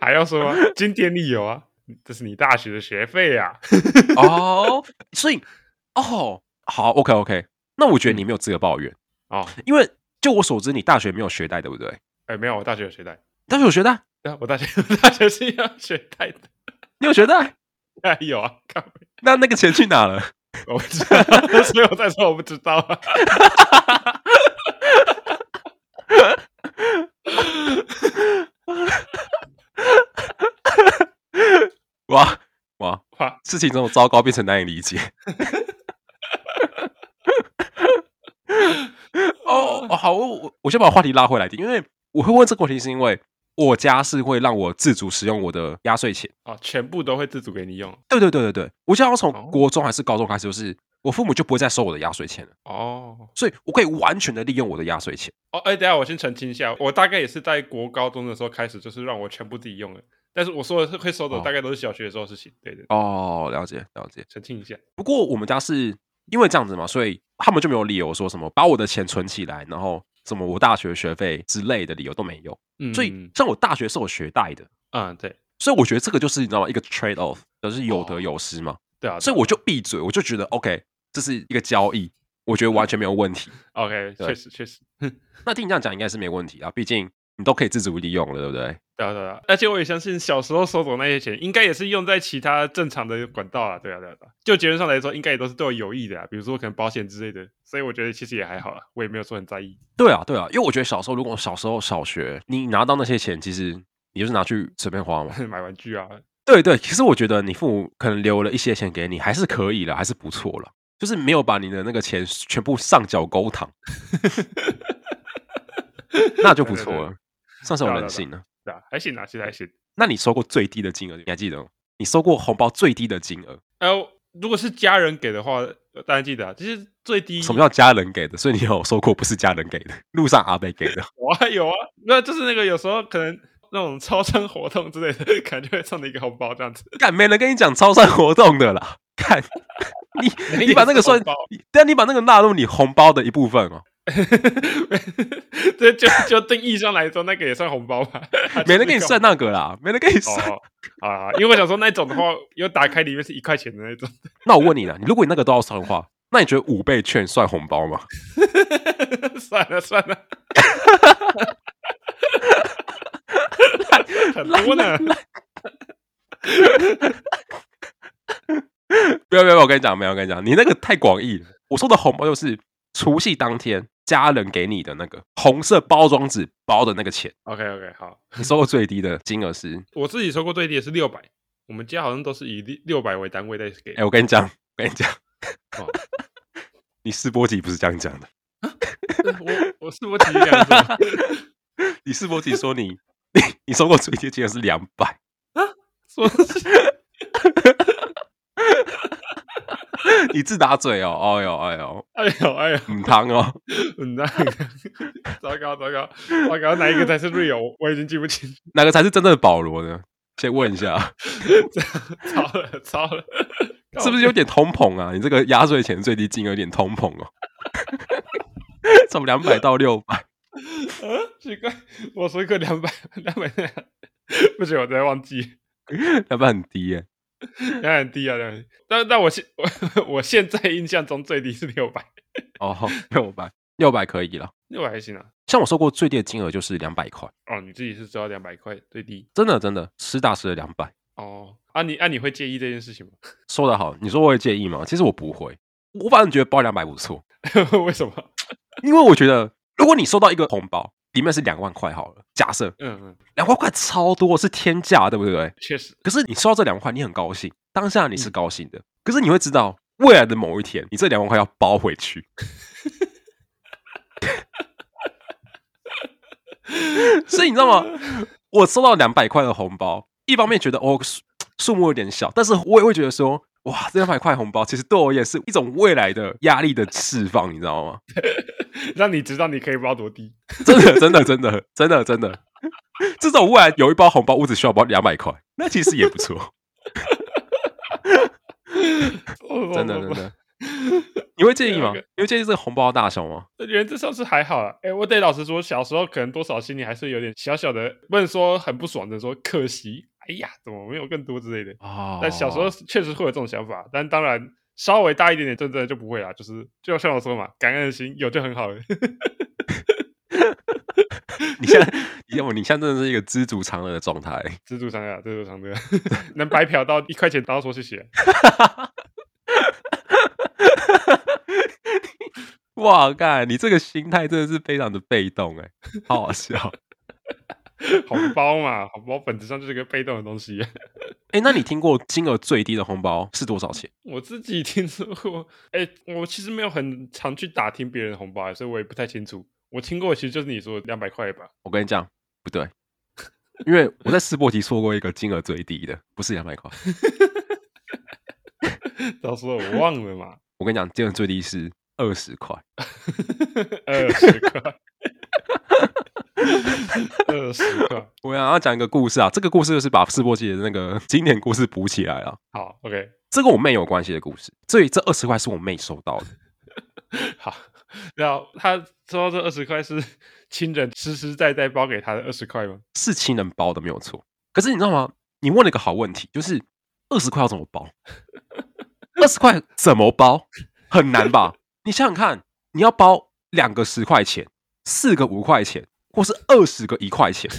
S2: 还要说吗？经典理由啊， [LAUGHS] 这是你大学的学费啊。
S1: 哦，所以 [LAUGHS] 哦，好，OK OK，那我觉得你没有资格抱怨，
S2: 哦，
S1: 因为就我所知，你大学没有学贷，对不对？
S2: 哎、没有，我大学有学贷。
S1: 大学有学贷，
S2: 对啊，我大学 [LAUGHS] 我大学是要学贷的。
S1: 你有学贷，
S2: 哎，有啊， [LAUGHS] 靠北
S1: 那那个钱去哪了？ [LAUGHS]
S2: 我不知道， [LAUGHS] 所以我在说我不知道啊。 [LAUGHS]
S1: 哇哇，
S2: 哇，
S1: 事情这么糟糕，变成难以理解。哦，哦好，我我我先把话题拉回来一点，因为我会问这个问题，是因为我家是会让我自主使用我的压岁钱。
S2: 哦，全部都会自主给你用。
S1: 对对对对对，我记得好像
S2: 哦
S1: 从国中还是高中开始，就是我父母就不会再收我的压岁钱了，
S2: 哦
S1: 所以我可以完全的利用我的压岁钱。
S2: 哦，哎、等一下我先澄清一下，我大概也是在国高中的时候开始，就是让我全部自己用的。但是我说的是会收的，
S1: 哦
S2: 大概都是小学的时候的事情。对对，
S1: 哦，了解了解。
S2: 澄清一下。
S1: 不过我们家是因为这样子嘛，所以他们就没有理由说什么把我的钱存起来，然后什么我大学学费之类的理由都没有。
S2: 嗯，
S1: 所以像我大学是有学贷的，
S2: 嗯，对
S1: 所以我觉得这个就是你知道吗？一个 trade off，就是有得有失嘛。
S2: 对啊，
S1: 所以我就闭嘴，我就觉得 OK，这是一个交易，我觉得完全没有问题。
S2: 啊 OK，
S1: 对
S2: 确实确实。
S1: 那听你这样讲，应该是没问题啊，毕竟你都可以自主利用了，对不对？
S2: 对啊，对啊，而且我也相信小时候收走那些钱，应该也是用在其他正常的管道啊。对啊，对啊，对啊就结论上来说，应该也都是对我有益的啊，比如说可能保险之类的。所以我觉得其实也还好啦，我也没有说很在意。 [LAUGHS]
S1: 对啊，对啊，因为我觉得小时候，如果小时候小学你拿到那些钱，其实你就是拿去随便花嘛。
S2: 买玩具啊，
S1: 对对，其实我觉得你父母可能留了一些钱给你，还是可以了，还是不错了，就是没有把你的那个钱全部上缴公堂，那就不错了，算是有人性了。
S2: 对啊，还行啊，其实还行。
S1: 那你收过最低的金额，你还记得吗？你收过红包最低的金额？
S2: 哎、呃，如果是家人给的话，呃当然记得啊，就是最低
S1: 什么叫家人给的？所以你有收过不是家人给的，路上阿贝给的。 [LAUGHS]
S2: 有啊有啊，那就是那个有时候可能。那种超商活动之类的，感觉会送你一个红包这样子。
S1: 干没人跟你讲超商活动的啦，看
S2: [LAUGHS] 没
S1: 哎你
S2: 有
S1: 你把那个算
S2: 红包， [LAUGHS]
S1: 你啊但你把那个纳入你红包的一部分哦。
S2: 这就就定义上来说，那个也算红包吧？ [LAUGHS]
S1: 没人给你算那个啦，没人给你算。
S2: 哦啊，因为我想说那种的话，有打开里面是一块钱的那种， [LAUGHS]
S1: 那我问你啦，你如果你那个都要算的话，那你觉得五倍券算红包吗？ [LAUGHS]
S2: 算了算了， [LAUGHS] 很多呢，
S1: 不要不要，不要我跟你讲，没有，我跟你讲，你那个太广义了。我说的红包就是除夕当天家人给你的那个红色包装纸包的那个钱，
S2: OK OK，好，
S1: 你收过最低的金额是？
S2: 我自己收过最低也是六百，我们家好像都是以六六百为单位在给
S1: 哎、。我跟你讲，我跟你讲
S2: 哦，
S1: 你试播集不是这样讲的，
S2: 我我是我体育两
S1: [LAUGHS]
S2: 次，
S1: 你试播集说你 [LAUGHS] 你你收过最低的金额是两百，
S2: 说
S1: 你自打嘴哦，哎呦哎呦，
S2: 哎呦哎呦，
S1: 母汤哦，
S2: 你那 [LAUGHS] 糟糕糟糕糟糕，哪一个才是 real？我我已经记不清， [LAUGHS]
S1: 哪个才是真正的保罗呢？先问一下，
S2: 糟了糟了，哦
S1: 是不是有点通膨啊？你这个压岁钱最低金额有点通膨哦，从两百到六百。
S2: 嗯， [LAUGHS] 奇怪，我说过两百，两百，不行，我再忘记，
S1: 要不然很低耶、
S2: 两百很低啊，两百。但但我现 [LAUGHS] 我我现在印象中最低是六百，
S1: 哦，六百，六百可以了。
S2: 六百还行啊。
S1: 像我收过最低的金额就是两百块，
S2: 哦，你自己是只要两百块最低
S1: 真的真的，实打实的两百。
S2: 哦。啊你，啊，你会介意这件事情吗？ [LAUGHS]
S1: 说得好，你说我会介意吗？其实我不会，我反正觉得包两百不错，
S2: 为什么？
S1: 因为我觉得如果你收到一个红包，里面是两万块好了，假设
S2: 嗯嗯，
S1: 两万块超多是天价，对不对？
S2: 确实，
S1: 可是你收到这两万块，你很高兴，当下你是高兴的，可是你会知道未来的某一天，你这两万块要包回去，所以你知道吗？我收到两百块的红包，一方面觉得哦数数目有点小，但是我也会觉得说，哇，这两百块红包其实对我也是一种未来的压力的释放，你知道吗？
S2: 让你知道你可以包多低。
S1: 真的，真的，真的，真的，真的，这种未来有一包红包，我只需要包两百块，那其实也不错，真的，真的。你会介意吗
S2: 第二个？
S1: 你会介意这个红包的大小吗？
S2: 原则上是还好啦。哎、我得老实说，小时候可能多少心里还是有点小小的，不能说很不爽的说，可惜，哎呀，怎么没有更多之类的。
S1: 哦
S2: 但小时候确实会有这种想法，但当然稍微大一点点，真的就不会啦。就是就像我说嘛，感恩的心有就很好了。 [LAUGHS]
S1: 你现在，你我你现在真的是一个知足常乐的状态。
S2: 自助商啊，自助商的， [LAUGHS] 能白嫖到一块钱，当然说谢谢。
S1: 哇，干，你这个心态真的是非常的被动哎，好好笑。 [LAUGHS]
S2: 红包嘛，红包本质上就是个被动的东西。 [LAUGHS]
S1: 哎、那你听过金额最低的红包是多少钱？
S2: 我自己听说过，哎、我其实没有很常去打听别人的红包，啊所以我也不太清楚。我听过，其实就是你说两百块吧。 [LAUGHS]
S1: 我跟你讲，不对，因为我在世博集错过一个金额最低的，不是两百块。
S2: 到时候我忘了嘛，
S1: 我跟你讲，金额最低是二十块。
S2: 二十块， [LAUGHS] 二十块。
S1: 我想要讲一个故事啊，这个故事就是把世博集的那个经典故事补起来啊了。
S2: 好，OK，
S1: 这跟我妹有关系的故事，所以这二十块是我妹收到的。
S2: [LAUGHS] 好，那他收到这二十块是 [LAUGHS] 亲人实实在在包给他的二十块吗？
S1: 是亲人包的，没有错。可是你知道吗？你问了一个好问题，就是二十块要怎么包？二十块怎么包？很难吧？你想想看，你要包两个十块钱，四个五块钱，或是二十个一块钱，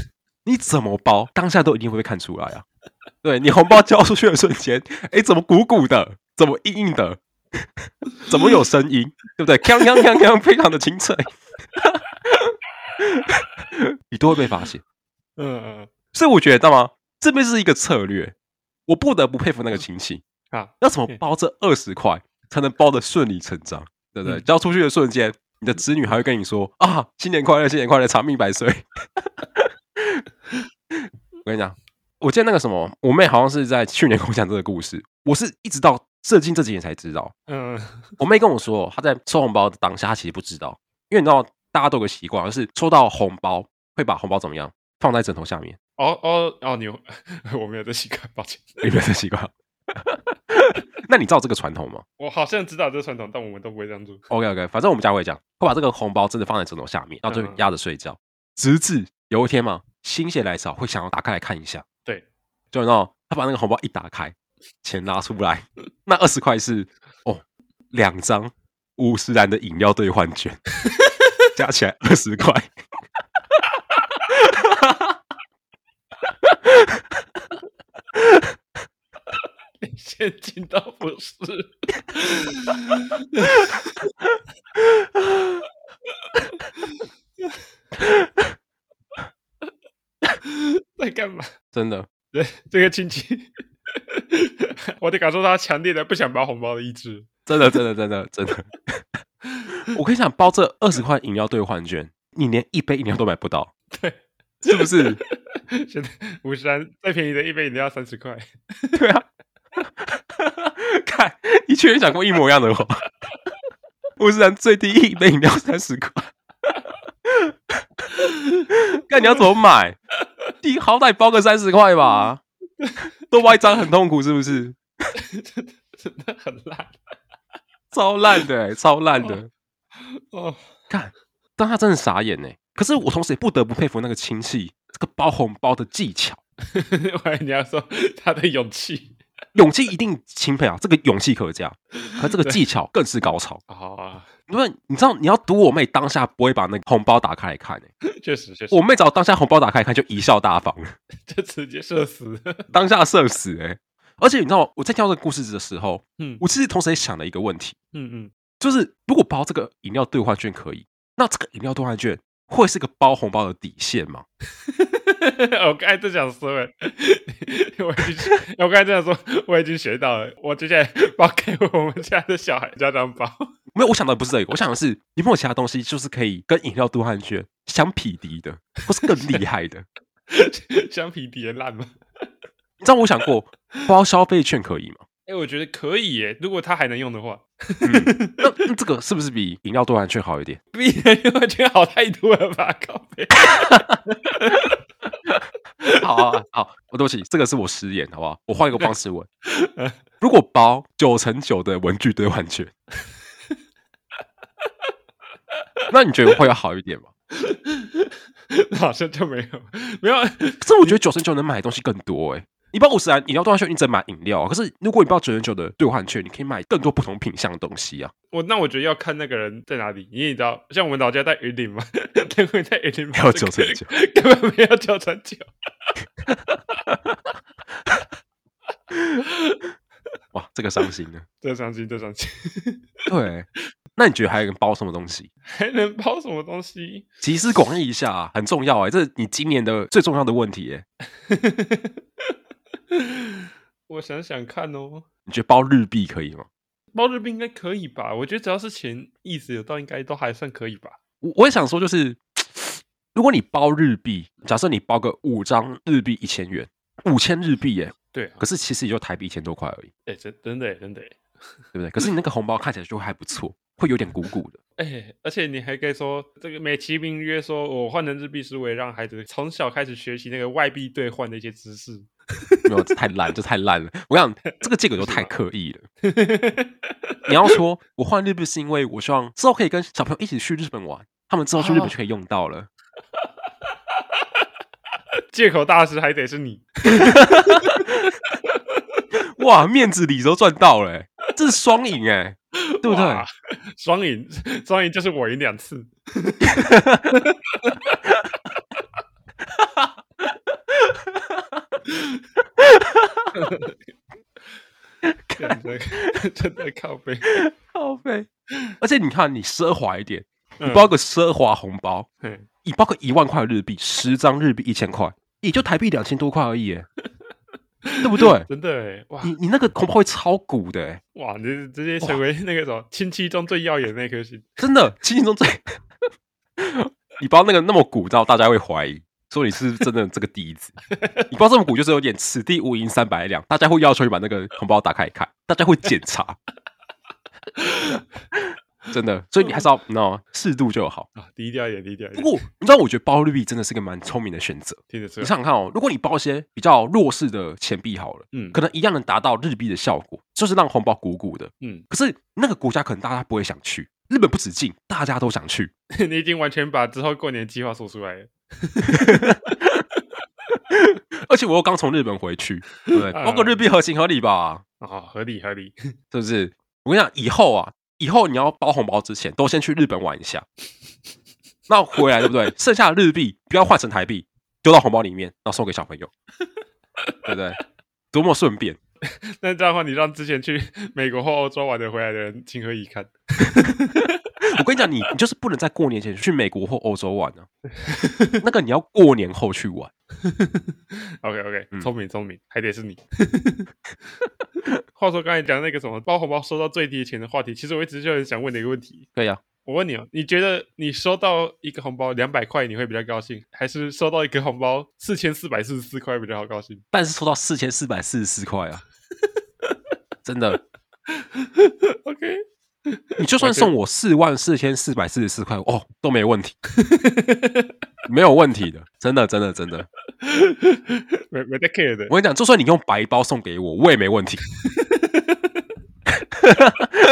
S1: 你怎么包？当下都一定会被看出来啊！对你红包交出去的瞬间，哎，怎么鼓鼓的？怎么硬硬的？怎么有声音？对不对？锵锵锵锵，非常的清脆， [LAUGHS] 你都会被发现。
S2: 嗯嗯
S1: 所以我觉得，知道吗？这边是一个策略，我不得不佩服那个亲戚，
S2: 嗯，好，
S1: 要怎么包这二十块才能包的顺理成章，对不对？
S2: 嗯
S1: 交出去的瞬间，你的子女还会跟你说啊，新年快乐，新年快乐，长命百
S2: [LAUGHS]
S1: 岁。我跟你讲，我记得那个什么，我妹好像是在去年跟我讲这个故事，我是一直到最近这几年才知道。
S2: 嗯，嗯
S1: 我妹跟我说，她在收红包的当下，她其实不知道，因为你知道，大家都有个习惯，就是收到红包会把红包怎么样放在枕头下面，
S2: 哦哦哦，你有 [LAUGHS] 我没有这习惯，抱歉。
S1: 你不要太习惯。 [LAUGHS] 那你知道这个传统吗
S2: 我好像知道这个传统，但我们都不会这样做。 [LAUGHS]
S1: ？OK OK，反正我们家会这样，会把这个红包真的放在枕头下面，然后就
S2: 嗯
S1: 压着睡觉，直至有一天嘛，心血来潮会想要打开来看一下。
S2: 对，
S1: 就你知道，他把那个红包一打开，钱拿出来，那二十块是哦，两张五十元的饮料兑换券， [LAUGHS] 加起来二十块。
S2: 你先进到不是， [LAUGHS] 在干嘛？
S1: 真的，
S2: 对，这个亲戚， [LAUGHS] 我得感受到他强烈的不想包红包的意志。
S1: 真的，真的，真的，真的。 [LAUGHS] 我跟你讲，包这二十块饮料兑换券，你连一杯饮料都买不到，
S2: 对，
S1: 是不是？
S2: [LAUGHS] 现在五十元最便宜的一杯饮料三十块， [LAUGHS]
S1: 对啊， [LAUGHS] 看，你确实讲过一模一样的话。五十元最低一杯饮料三十块，看你要怎么买？你好歹包个三十块吧，多包一张很痛苦，是不是？
S2: 真的很烂
S1: 超烂的欸、超烂的。
S2: 哦。
S1: 看，但他真的傻眼呢、可是我同时也不得不佩服那个亲戚这个包红包的技巧，
S2: [LAUGHS] 我还以为你要说他的勇气
S1: 勇气一定钦佩啊，这个勇气可嘉，可这个技巧更是高超。
S2: 啊，
S1: 因为你知道，你要赌我妹当下不会把那个红包打开来看、欸，
S2: [LAUGHS] 确实确实，
S1: 我妹只要当下红包打开来看就贻笑大方了，
S2: 就直接射死。
S1: 当下社死哎、而且你知道，我在听到这个故事的时候，
S2: 嗯
S1: 我其实同时也想了一个问题，
S2: 嗯嗯，
S1: 就是如果包这个饮料兑换券可以，那这个饮料兑换券会是个包红包的底线吗？
S2: [LAUGHS] 我刚才正想说了， [LAUGHS] 我已经，我刚才正想说，我已经学到了，我接下来包给我们家的小孩家长包。 [LAUGHS]
S1: 没有，我想的不是这个，我想的是有没有其他东西，就是可以跟饮料兑换券相匹敌的，或是更厉害的。 [LAUGHS]
S2: 橡皮叠烂吗？
S1: 你知道我想过包消费券可以吗？
S2: 哎、我觉得可以耶，如果他还能用的话，
S1: 嗯、那那这个是不是比饮料兑换券好一点？
S2: [LAUGHS]
S1: [LAUGHS]
S2: 必然我觉得好太多了吧？靠背，
S1: 好啊好好，哦我对不起，这个是我失言，好不好？我换一个方式问：如果包九成九的文具兑换券，那你觉得会要好一点吗？
S2: [LAUGHS] 好像就没有，没有， [LAUGHS]
S1: 可是我觉得九成九能买的东西更多哎、你包五十元饮料兑换券，你只能买饮料、啊。可是如果你包九成九的兑换券，你可以买更多不同品相的东西 [LAUGHS] 啊。
S2: 我那我觉得要看那个人在哪里，因为你知道，像我们老家在云林嘛， [LAUGHS] 但我在云林没
S1: 没有九成九，
S2: 根本没有九成九，
S1: [LAUGHS] 哇，这个伤心呢。
S2: 这伤心，这伤心， [LAUGHS]
S1: 对，那你觉得还有一个包什么东西？
S2: 还能包什么东西？ [LAUGHS]
S1: 集思广益一下、啊，很重要哎、这是你今年的最重要的问题哎、
S2: 我想想看哦，
S1: 你觉得包日币可以吗？
S2: 包日币应该可以吧？我觉得只要是钱意思有到，应该都还算可以吧。
S1: 我我也想说，就是如果你包日币，假设你包个五张日币一千元，五千日币耶，
S2: 对啊，
S1: 可是其实也就台币一千多块而已，
S2: 哎、真真的耶真的耶，
S1: 对不对？可是你那个红包看起来就还不错，会有点鼓鼓的。
S2: 哎、而且你还可以说这个美其名曰说，我换成日币是为了让孩子从小开始学习那个外币兑换的一些知识。
S1: 没有，这太烂，这太烂了。我想这个借口就太刻意了。
S2: [LAUGHS]
S1: 你要说我换日币是因为我希望之后可以跟小朋友一起去日本玩，他们之后去日本就可以用到了。
S2: 借口大师还得是你，
S1: 哇，面子里都赚到了耶，这是双赢哎，对不对？
S2: 哇？双赢，双赢就是我赢两
S1: [LAUGHS]
S2: 次。干这个真的靠背，
S1: 好呗。而且你看，你奢华一点，
S2: 嗯
S1: 你包个奢华红包，
S2: 嘿
S1: 你包个一万块日币，十张日币一千块，也就台币两千多块而已耶，对不对？
S2: 真的欸哇
S1: 你你那个红包会超鼓的欸耶，
S2: 哇，你这直接成为那个什么亲戚中最耀眼的那颗星，
S1: 真的，亲戚中最，你包那个那么鼓，到大家会怀疑。说你是不是真的这个底子，你包这么鼓就是有点此地无银三百两，大家会要求你把那个红包打开看，大家会检查，真的。所以你还是要，你知道吗？适度就好。
S2: 啊，低调一点，低调一
S1: 不
S2: 点。
S1: 过你知道，我觉得包日币真的是个蛮聪明的选择。
S2: 听得出
S1: 你
S2: 来，
S1: 想想看哦，如果你包一些比较弱势的钱币好了，
S2: 嗯
S1: 可能一样能达到日币的效果，就是让红包鼓鼓的。
S2: 嗯， [LAUGHS]
S1: 可是那个国家可能大家不会想去，日本不止进，大家都想去。
S2: 你已经完全把之后过年计划说出来了。
S1: 而且我又刚从日本回去，对不对？
S2: 啊
S1: 包个日币合情合理吧？
S2: 哦，合理合理， [LAUGHS]
S1: 是不是？我跟你讲，以后啊，以后你要包红包之前，都先去日本玩一下。那回来对不对？剩下的日币不要换成台币，丢到红包里面，然后送给小朋友，对不对？多么顺便！
S2: 那这样的话，你让之前去 [LAUGHS] 美国或欧洲玩的回来的人情何以堪？
S1: 我跟你讲，你你就是不能在过年前去美国或欧洲玩啊，那个你要过年后去玩。
S2: OK OK，
S1: 嗯
S2: 聪明聪明，还得是你。 [LAUGHS] 话说刚才讲那个什么包红包收到最低钱的话题，其实我一直就很想问的一个问题。
S1: 对呀、
S2: 我问你哦，你觉得你收到一个红包两百块你会比较高兴，还是收到一个红包四千四百四十四块比较好高兴？ [LAUGHS]
S1: 但是收到四千四百四十四块啊，真的，
S2: OK，
S1: 你就算送我四万四千四百四十四块，哦，都没问题，没有问题的，真的，真的，真的。
S2: 没没在 care 的
S1: 我。跟你讲，就算你用白包送给我，我也没问题。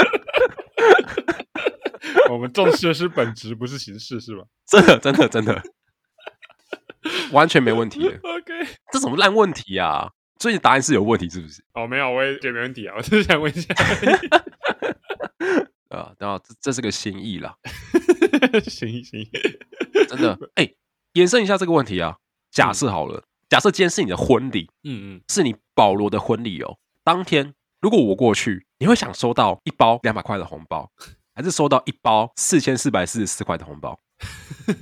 S2: [LAUGHS] 我们重视的是本质，不是形式，是吧
S1: 真的，真的，真的，完全没问题的。
S2: ？OK，
S1: 这什么烂问题啊？所以答案是有问题，是不是？
S2: 哦，没有，我也觉得没问题啊，我 [LAUGHS] 只是想问一下
S1: 啊，然后这这是个心意啦，
S2: 而已。行行，
S1: 真的。哎、延伸一下这个问题啊，假设好了，假设今天是你的婚礼，
S2: 嗯嗯，
S1: 是你保罗的婚礼哦。当天如果我过去，你会想收到一包两百块的红包，还是收到一包四千四百四十四块的红包？
S2: [LAUGHS]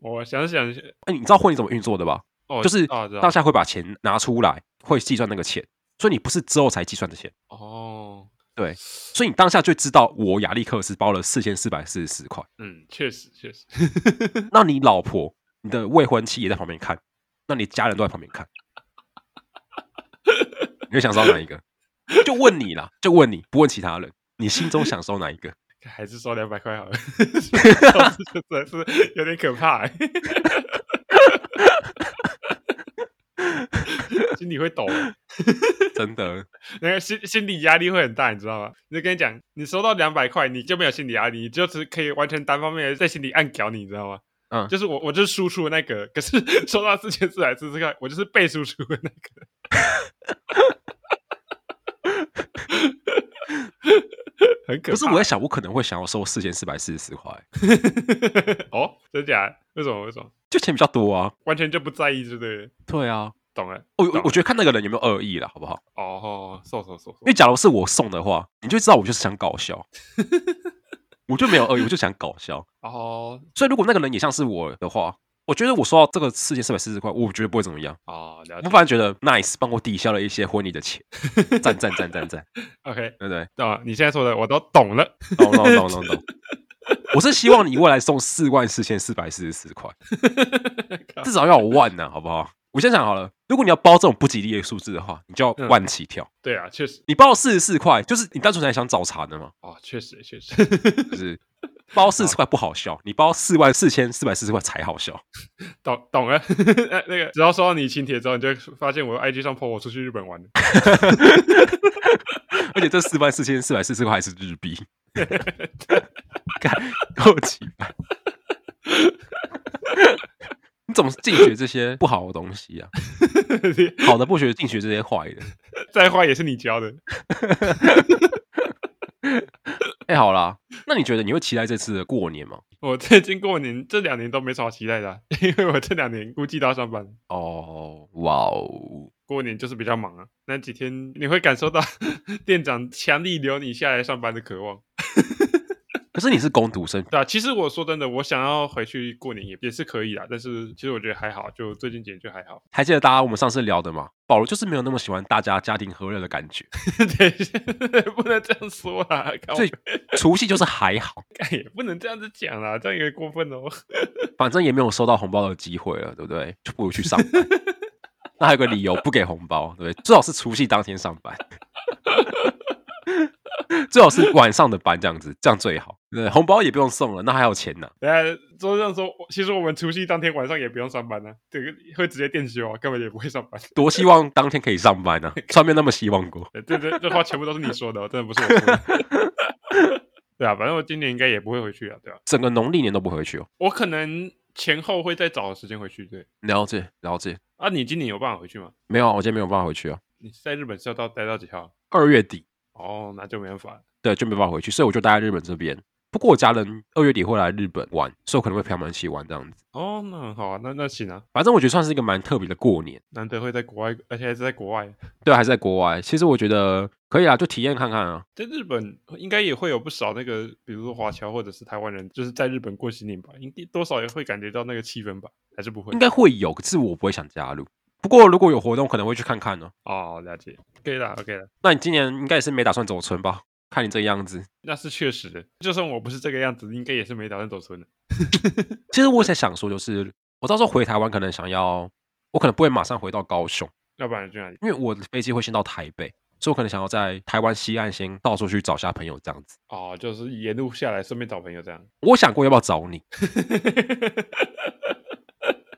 S2: 我想想，
S1: 哎、你知道婚礼怎么运作的吧？
S2: 哦，
S1: 就是
S2: 啊，知道
S1: 当下会把钱拿出来，会计算那个钱，所以你不是之后才计算的钱，
S2: 哦，
S1: 所以你当下就知道我亚历克斯包了四千四百四十四块，
S2: 嗯，确实确实， [LAUGHS]
S1: 那你老婆、你的未婚妻也在旁边看，那你家人都在旁边看，你会想收哪一个？就问你啦，就问你，不问其他人，你心中想收哪一个？
S2: 还是收两百块好了， [LAUGHS] 真的是有点可怕、
S1: [LAUGHS]
S2: 欸，心里会抖、欸，
S1: 真的，
S2: 那个心心理压力会很大，你知道吗？你就跟你讲，你收到两百块，你就没有心理压力，你就只可以完全单方面的在心里暗屌你，你知道吗？
S1: 嗯
S2: 就是我，我就是输出的那个，可是 [LAUGHS] 收到四千四百四十块，我就是被输出的那个。 [LAUGHS] 很可怕，欸
S1: 可是我在想，我可能会想要收四千四百四十四块，
S2: 哦，真假的？为什么？为什么？
S1: 就钱比较多啊。
S2: 完全就不在意，对不对？
S1: 对啊，
S2: 懂了。
S1: 我
S2: 懂
S1: 我我觉得看那个人有没有恶意啦，好不好？
S2: 哦，瘦瘦瘦瘦
S1: 因为假如是我送的话，你就知道我就是想搞
S2: [LAUGHS]
S1: 笑，我就没有恶意，我就想搞笑。
S2: 哦
S1: 所以如果那个人也像是我的话，我觉得我收到这个四千四百四十块，我觉得不会怎么样。
S2: 哦，了
S1: 我
S2: 解。
S1: 反而觉得 nice，帮我抵消了一些婚礼的钱，赞赞赞赞赞，
S2: OK，
S1: 对不对？
S2: 啊、你现在说的我都懂了。
S1: 懂懂懂懂懂。我是希望你未来送四万四千四百四十四块，
S2: [LAUGHS] 靠
S1: 至少要有万呢、好不好？我先想好了，如果你要包这种不吉利的数字的话，你就要万起跳。
S2: 对啊，确实，
S1: 你包四十四块，就是你单纯才想找茬的嘛。
S2: 哦，确实，确实， [LAUGHS]
S1: 就是包四十块不好笑，你包四万四千四百四十块才好笑。
S2: 懂懂了。 [LAUGHS] 那那个，只要收到你请帖之后，你就会发现我 IG 上 po 我出去日本 [LAUGHS] 玩了。
S1: 而且这四万四千四百四十块还是日币，干够奇葩！你怎么净学这些不好的东西啊？好的不学，净学这些坏的。
S2: 再坏也是你教的。
S1: 哎、好啦，那你觉得你会期待这次的过年吗？
S2: 我最近过年这两年都没什么期待的啊、 [LAUGHS] 因为我这两年估计都要上班。
S1: 哦，哇哦！
S2: 过年就是比较忙啊，那几天你会感受到 [LAUGHS] 店长强力留你下来上班的渴望，
S1: 可是你是工读生，
S2: 对啊，其实我说真的，我想要回去过年也也是可以啦，但是其实我觉得还好，就最近几年就还好。 [LAUGHS]
S1: 还记得大家我们上次聊的吗？保罗就是没有那么喜欢大家家庭和乐的感觉，
S2: 等一下， [LAUGHS] 不能这样说啦，靠
S1: 所以除夕就是还好，
S2: 干也不能这样子讲啦，这样有点过分哦。
S1: 反正也没有收到红包的机会了，对不对？就不如去上班。那还有个理由不给红包，对不对？最好是除夕当天上班。 [LAUGHS] 最好是晚上的班这样子，这样最好。对，红包也不用送了，那还有钱拿。
S2: 等下周这样说，我其实我们除夕当天晚上也不用上班呢、啊这个会直接电休啊，根本也不会上班。
S1: 多希望当天可以上班啊！从来没有那么希望过。
S2: 对这这这话全部都是你说的、哦，真的不是我说的。 [LAUGHS] 对啊，反正我今年应该也不会回去啊，对啊，
S1: 整个农历年都不回去哦。
S2: 我可能前后会再找时间回去。对
S1: 了解，了解。
S2: 啊，你今年有办法回去吗？
S1: 没有啊，我今天没有办法回去啊。
S2: 你在日本是要到待到几号？
S1: 二月底，
S2: 哦，那就没办法了。
S1: 对，就没办法回去，所以我就待在日本这边。不过我家人二月底会来日本玩，所以我可能会陪他们一起玩这样子。
S2: 哦，那很好啊，那那行啊，
S1: 反正我觉得算是一个蛮特别的过年，
S2: 难得会在国外，而且还是在国外。啊
S1: 对，还是在国外。其实我觉得可以啊，就体验看看啊。
S2: 在日本应该也会有不少那个，比如说华侨或者是台湾人，就是在日本过新年吧，应多少也会感觉到那个气氛吧，还是不会
S1: 应？该会有，可是我不会想加入。不过如果有活动，可能会去看看呢、
S2: 哦，了解，可以啦，OK 啦，
S1: 那你今年应该也是没打算走村吧？看你这样子，
S2: 那是确实的。就算我不是这个样子，应该也是没打算走村的。
S1: 其实我在想说，就是我到时候回台湾，可能想要，我可能不会马上回到高雄，
S2: 要不然去哪里？
S1: 因为我的飞机会先到台北，所以我可能想要在台湾西岸先到处去找一下朋友这样子。
S2: 哦，就是沿路下来顺便找朋友这样。 [LAUGHS]
S1: 我想过要不要找你，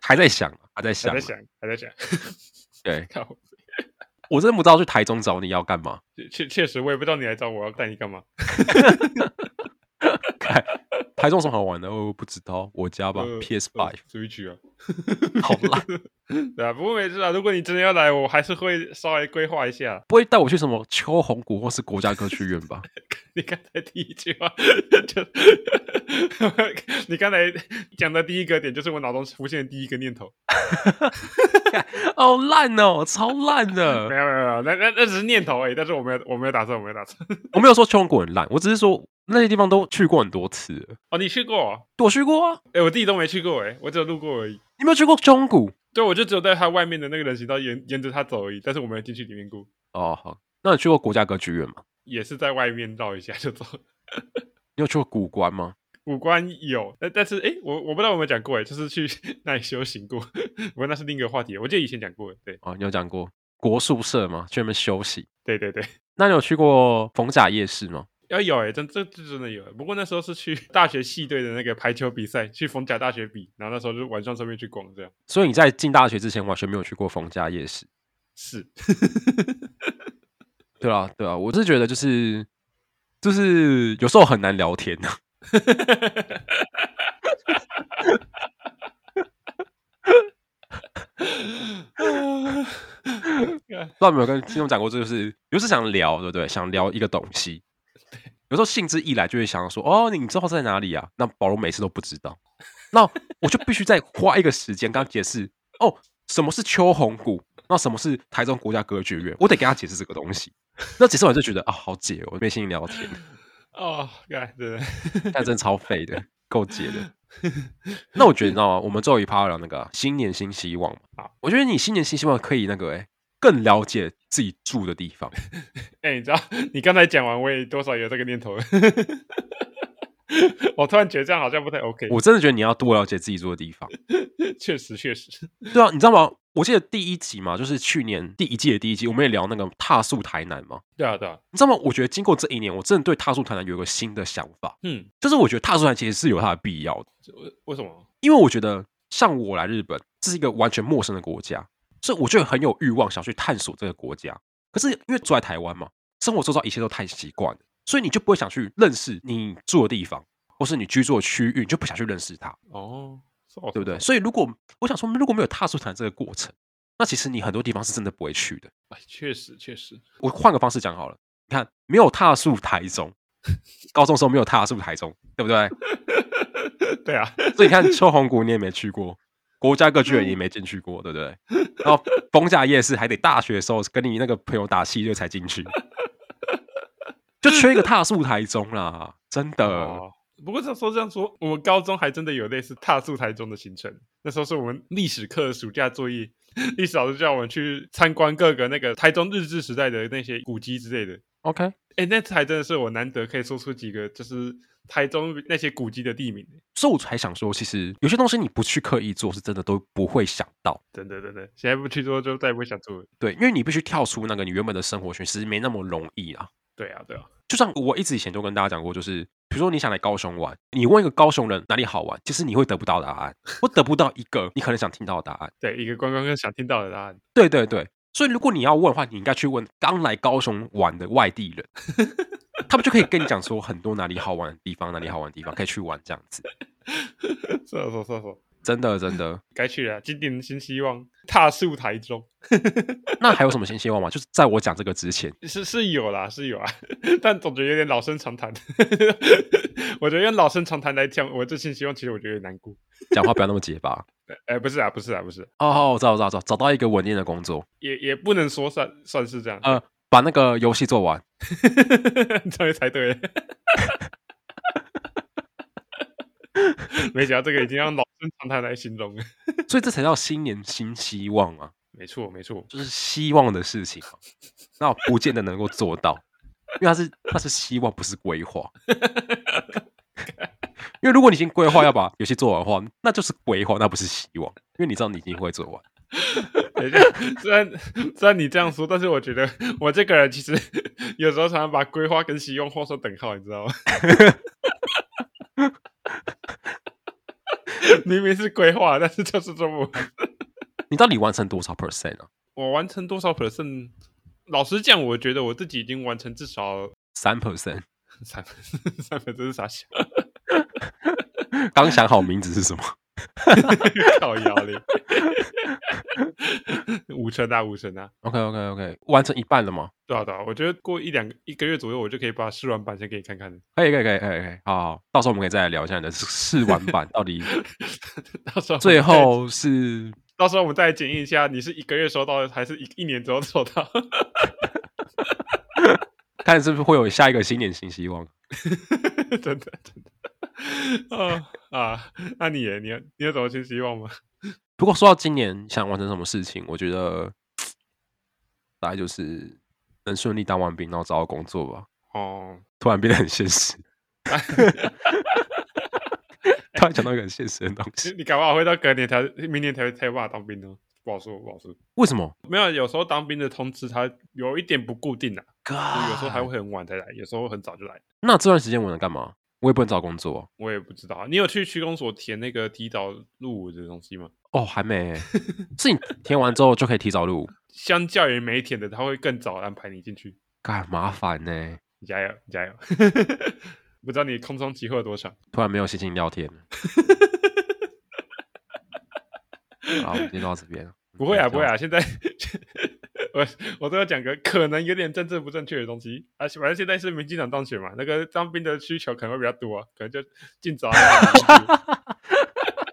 S1: 还在想，还在
S2: 还
S1: 想啊
S2: 在，想，还在想， [LAUGHS]
S1: 对
S2: 看我
S1: 我真的不知道去台中找你要干嘛。
S2: 确确实我也不知道你来找我要带你干嘛。
S1: 看台中有什么好玩的？我不知道，我家吧
S2: 呃
S1: ，PS Five，
S2: 呃、出去啊， [LAUGHS]
S1: [LAUGHS] 好烂，
S2: 对啊，不过没事啊。如果你真的要来，我还是会稍微规划一下。
S1: 不会带我去什么秋红谷或是国家歌剧院吧？ [LAUGHS]
S2: 你刚才第一句话就，你刚才讲的第一个点，就是我脑中浮现的第一个念头。
S1: 好烂哦，超烂
S2: 没 [LAUGHS]
S1: 的！
S2: 有没有没有，那那那只是念头而已。但是我没有我没有打算，我没有打算。 [LAUGHS]
S1: 我没有说秋红谷很烂，我只是说那些地方都去过很多次了，
S2: 哦，你去过、哦？
S1: 我去过啊。
S2: 哎，我自己都没去过哎，我只有路过而已。
S1: 你有没有去过中谷？
S2: 对，我就只有在它外面的那个人行道沿沿着它走而已，但是我没有进去里面过，
S1: 哦，好，那你去过国家歌剧院吗？
S2: 也是在外面绕一下就走。
S1: 你有去过古关吗？
S2: 五官有，但但是哎，诶我我不知道有没有讲过哎，诶就是去 [LAUGHS] 那里修行过，不过那是另一个话题，我记得以前讲过，对
S1: 啊、你有讲过国宿舍吗？去那边休息。
S2: 对对对，
S1: 那你有去过逢甲夜市吗？
S2: 要有哎，诶真这这真的有，诶不过那时候是去 [LAUGHS] 大学系队的那个排球比赛，去逢甲大学比，然后那时候就是晚上顺便去逛这样，
S1: 所以你在进大学之前完全没有去过逢甲夜市。
S2: 是 [LAUGHS]
S1: 对啊，对啊，我是觉得就是就是有时候很难聊天啊。 [LAUGHS]
S2: 啊
S1: 不知道有没有跟听众讲过，这就是有时想聊，对不对？想聊一个东西，有时候兴致一来就会想说，哦，你知道在哪里啊？那保罗每次都不知道，那我就必须再花一个时间跟他解释，哦，什么是秋红谷，那什么是台中国家歌剧院，我得给他解释这个东西。那解释完就觉得啊、好解哦，没心聊天，
S2: 哦，干真的，
S1: 但真超废的，够解的。那我觉得你知道吗？我们最后一趴要聊那个啊、新年新希望嘛。
S2: 好
S1: 我觉得你新年新希望可以那个哎、更了解自己住的地方。
S2: 哎、你知道你刚才讲完，我也多少有这个念头， [LAUGHS] 我突然觉得这样好像不太 OK，
S1: 我真的觉得你要多了解自己住的地方。
S2: 确实确实，
S1: 对啊，你知道吗？我记得第一集嘛，就是去年第一季的第一集，我们也聊那个踏宿台南嘛。
S2: 对啊对啊，
S1: 你知道吗？我觉得经过这一年，我真的对踏宿台南有一个新的想法，
S2: 嗯，
S1: 就是我觉得踏宿台其实是有它的必要的，
S2: 这为为什么？
S1: 因为我觉得像我来日本，这是一个完全陌生的国家，所以我就很有欲望想去探索这个国家。可是因为住在台湾嘛，生活周遭一切都太习惯了，所以你就不会想去认识你住的地方，或是你居住的区域，你就不想去认识它。
S2: 哦，是哦
S1: 对不对？？所以如果我想说，如果没有踏出台这个过程，那其实你很多地方是真的不会去的。
S2: 哎，确实确实， [LAUGHS]
S1: 我换个方式讲好了，你看，没有踏出台中，高中时候没有踏出台中，对不对？
S2: 对啊，
S1: 所以你看，秋红谷你也没去过，国家歌剧院也没进去过，对不对？然后逢甲夜市还得大学的时候跟你那个朋友打戏就才进去，就缺一个踏出台中啦，真的。
S2: 哦，不过这样说这样说，我们高中还真的有类似踏宿台中的行程。那时候是我们历史课的暑假作业， [LAUGHS] 历史老师叫我们去参观各个那个台中日治时代的那些古迹之类的。
S1: OK，
S2: 哎，那次还真的是我难得可以说出几个就是台中那些古迹的地名，
S1: 所以我才想说，其实有些东西你不去刻意做，是真的都不会想到。
S2: 真的真的，现在不去做就再也不会想做了。
S1: 对，因为你必须跳出那个你原本的生活圈，其实没那么容易啊。
S2: 对啊，对啊，
S1: 就像我一直以前都跟大家讲过，就是比如说你想来高雄玩，你问一个高雄人哪里好玩，其实你会得不到答案，或得不到一个你可能想听到的答案。
S2: 对，一个观光客想听到的答案， [LAUGHS]
S1: 对对对，所以如果你要问的话，你应该去问刚来高雄玩的外地人，他们就可以跟你讲说很多哪里好玩的地方，哪里好玩的地方可以去玩这样子。
S2: 厕所厕所
S1: 真的真的，
S2: 该去了，啊今年新希望踏สู่台中，
S1: 那还有什么新希望吗？就是在我讲这个之前，
S2: 是是有啦，是有啊， [LAUGHS] 但总觉得有点老生常谈。 [LAUGHS] 我觉得用老生常谈来讲，我这新希望其实我觉得有点难过。
S1: 讲话不要那么结巴。
S2: 哎、不是啊，不是啊，不是，
S1: 哦，我知道，我知道，知道，找到一个稳定的工作，
S2: 也也不能说算算是这样， [LAUGHS]
S1: 呃，把那个游戏做完，
S2: 终于猜对 [LAUGHS] 了。没想到这个已经用老生常谈来形容了。
S1: 所以这才叫新年新希望啊，
S2: 没错，没错，
S1: 就是希望的事情嘛，那我不见得能够做到，因为它是它是希望，不是规划。因为如果你已经规划要把游戏做完的话，那就是规划，那不是希望，因为你知道你一定会做完。
S2: 等一下， [LAUGHS] 虽然虽然你这样说，但是我觉得我这个人其实有时候常常把规划跟希望画上等号，你知道吗？ [LAUGHS] 明明是规划，但是就是做不完。
S1: 你到底完成多少 percent 啊？
S2: 我完成多少 percent？老实讲，我觉得我自己已经完成至少
S1: 三 percent。 [LAUGHS]
S2: 三分三分，真是傻 [LAUGHS] 笑，
S1: 刚想好名字是什么？
S2: 靠腰嘞，五成啊，五成啊，
S1: OK OK OK，完成一半了吗？
S2: 对啊对啊，我觉得过一两个一个月左右，我就可以把试玩版先给你看看了。 [LAUGHS]
S1: 可以可以可以可以可以，好好，到时候我们可以再来聊一下你的试玩版到底
S2: 到时候我
S1: [LAUGHS]
S2: 们
S1: 最
S2: 再
S1: 后是
S2: 到时候我们再检验一下，你是一个月收到的，还是一一年之后收到？
S1: 看是不是会有下一个新年新希望。
S2: [LAUGHS] 真的真的。啊啊，那你耶你有你有什么新希望吗？
S1: 如果说到今年想完成什么事情，我觉得大概就是能顺利当完兵，然后找到工作吧。
S2: 哦，
S1: 突然变得很现
S2: [LAUGHS]
S1: 实，突然讲到一个很现实的东
S2: 你 [LAUGHS]
S1: 西，
S2: 你搞不好会到隔年才明年才会才有办法当兵呢，不好说不好说。
S1: 为什么？
S2: 没有，啊有时候当兵的通知它有一点不固定啊，就有时候还
S1: God
S2: 会很晚才来，有时候很早就来。
S1: 那这段时间我能干嘛？我也不能找工作啊、
S2: 我也不知道啊，你有去区公所填那个提早入伍的东西吗？
S1: 哦，还
S2: [LAUGHS]
S1: 没欸、是你填完之后就可以提早入伍，
S2: 相较于没填的，他会更早安排你进去。
S1: 干麻烦呢、
S2: 你加油，你加油！ [LAUGHS] 不知道你空窗期会有多长？
S1: 突然没有心情聊
S2: [LAUGHS]
S1: 天了。好，我们先到这边。
S2: 不会啊，不会
S1: 啊。
S2: 啊！现在 [LAUGHS] 我我都要讲个可能有点政治不正确的东西啊。反正现在是民进党当选嘛，那个当兵的需求可能会比较多、啊，可能就尽早安排进去。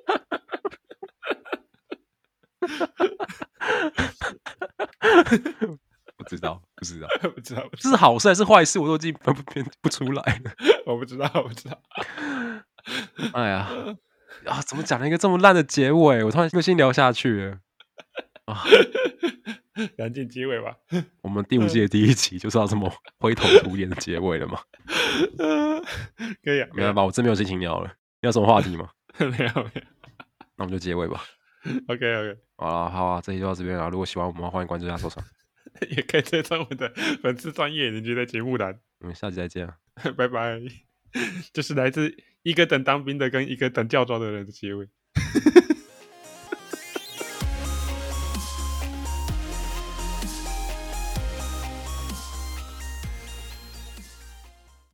S1: 不知道，不知道，
S2: [LAUGHS] 不知道，不知
S1: 这是好事还是坏事，我都已经分不辨不出来了。
S2: 道我不知道，我不知道。 [LAUGHS]
S1: 哎呀，啊，怎么讲了一个这么烂的结尾？我突然又先聊下去了。
S2: 赶紧结尾吧。 [LAUGHS]
S1: 我们第五季的第一集就是要这么灰头土脸的结尾了嘛？
S2: 可以啊，
S1: 没办法，我真没有心情聊了。你有什么话题吗？
S2: 没有，没有，没有。
S1: 那我们就结尾吧。
S2: OK，OK，、 [LAUGHS]
S1: 好了，好啊，这期就到这边了。如果喜欢我们的话，欢迎关注加收藏。
S2: 也可以追踪我的粉丝专业邻居的节目栏。 [LAUGHS]
S1: 我们下期再见啊。
S2: 拜拜。 [LAUGHS] 这是来自一个等当兵的跟一个等教招的人的结尾。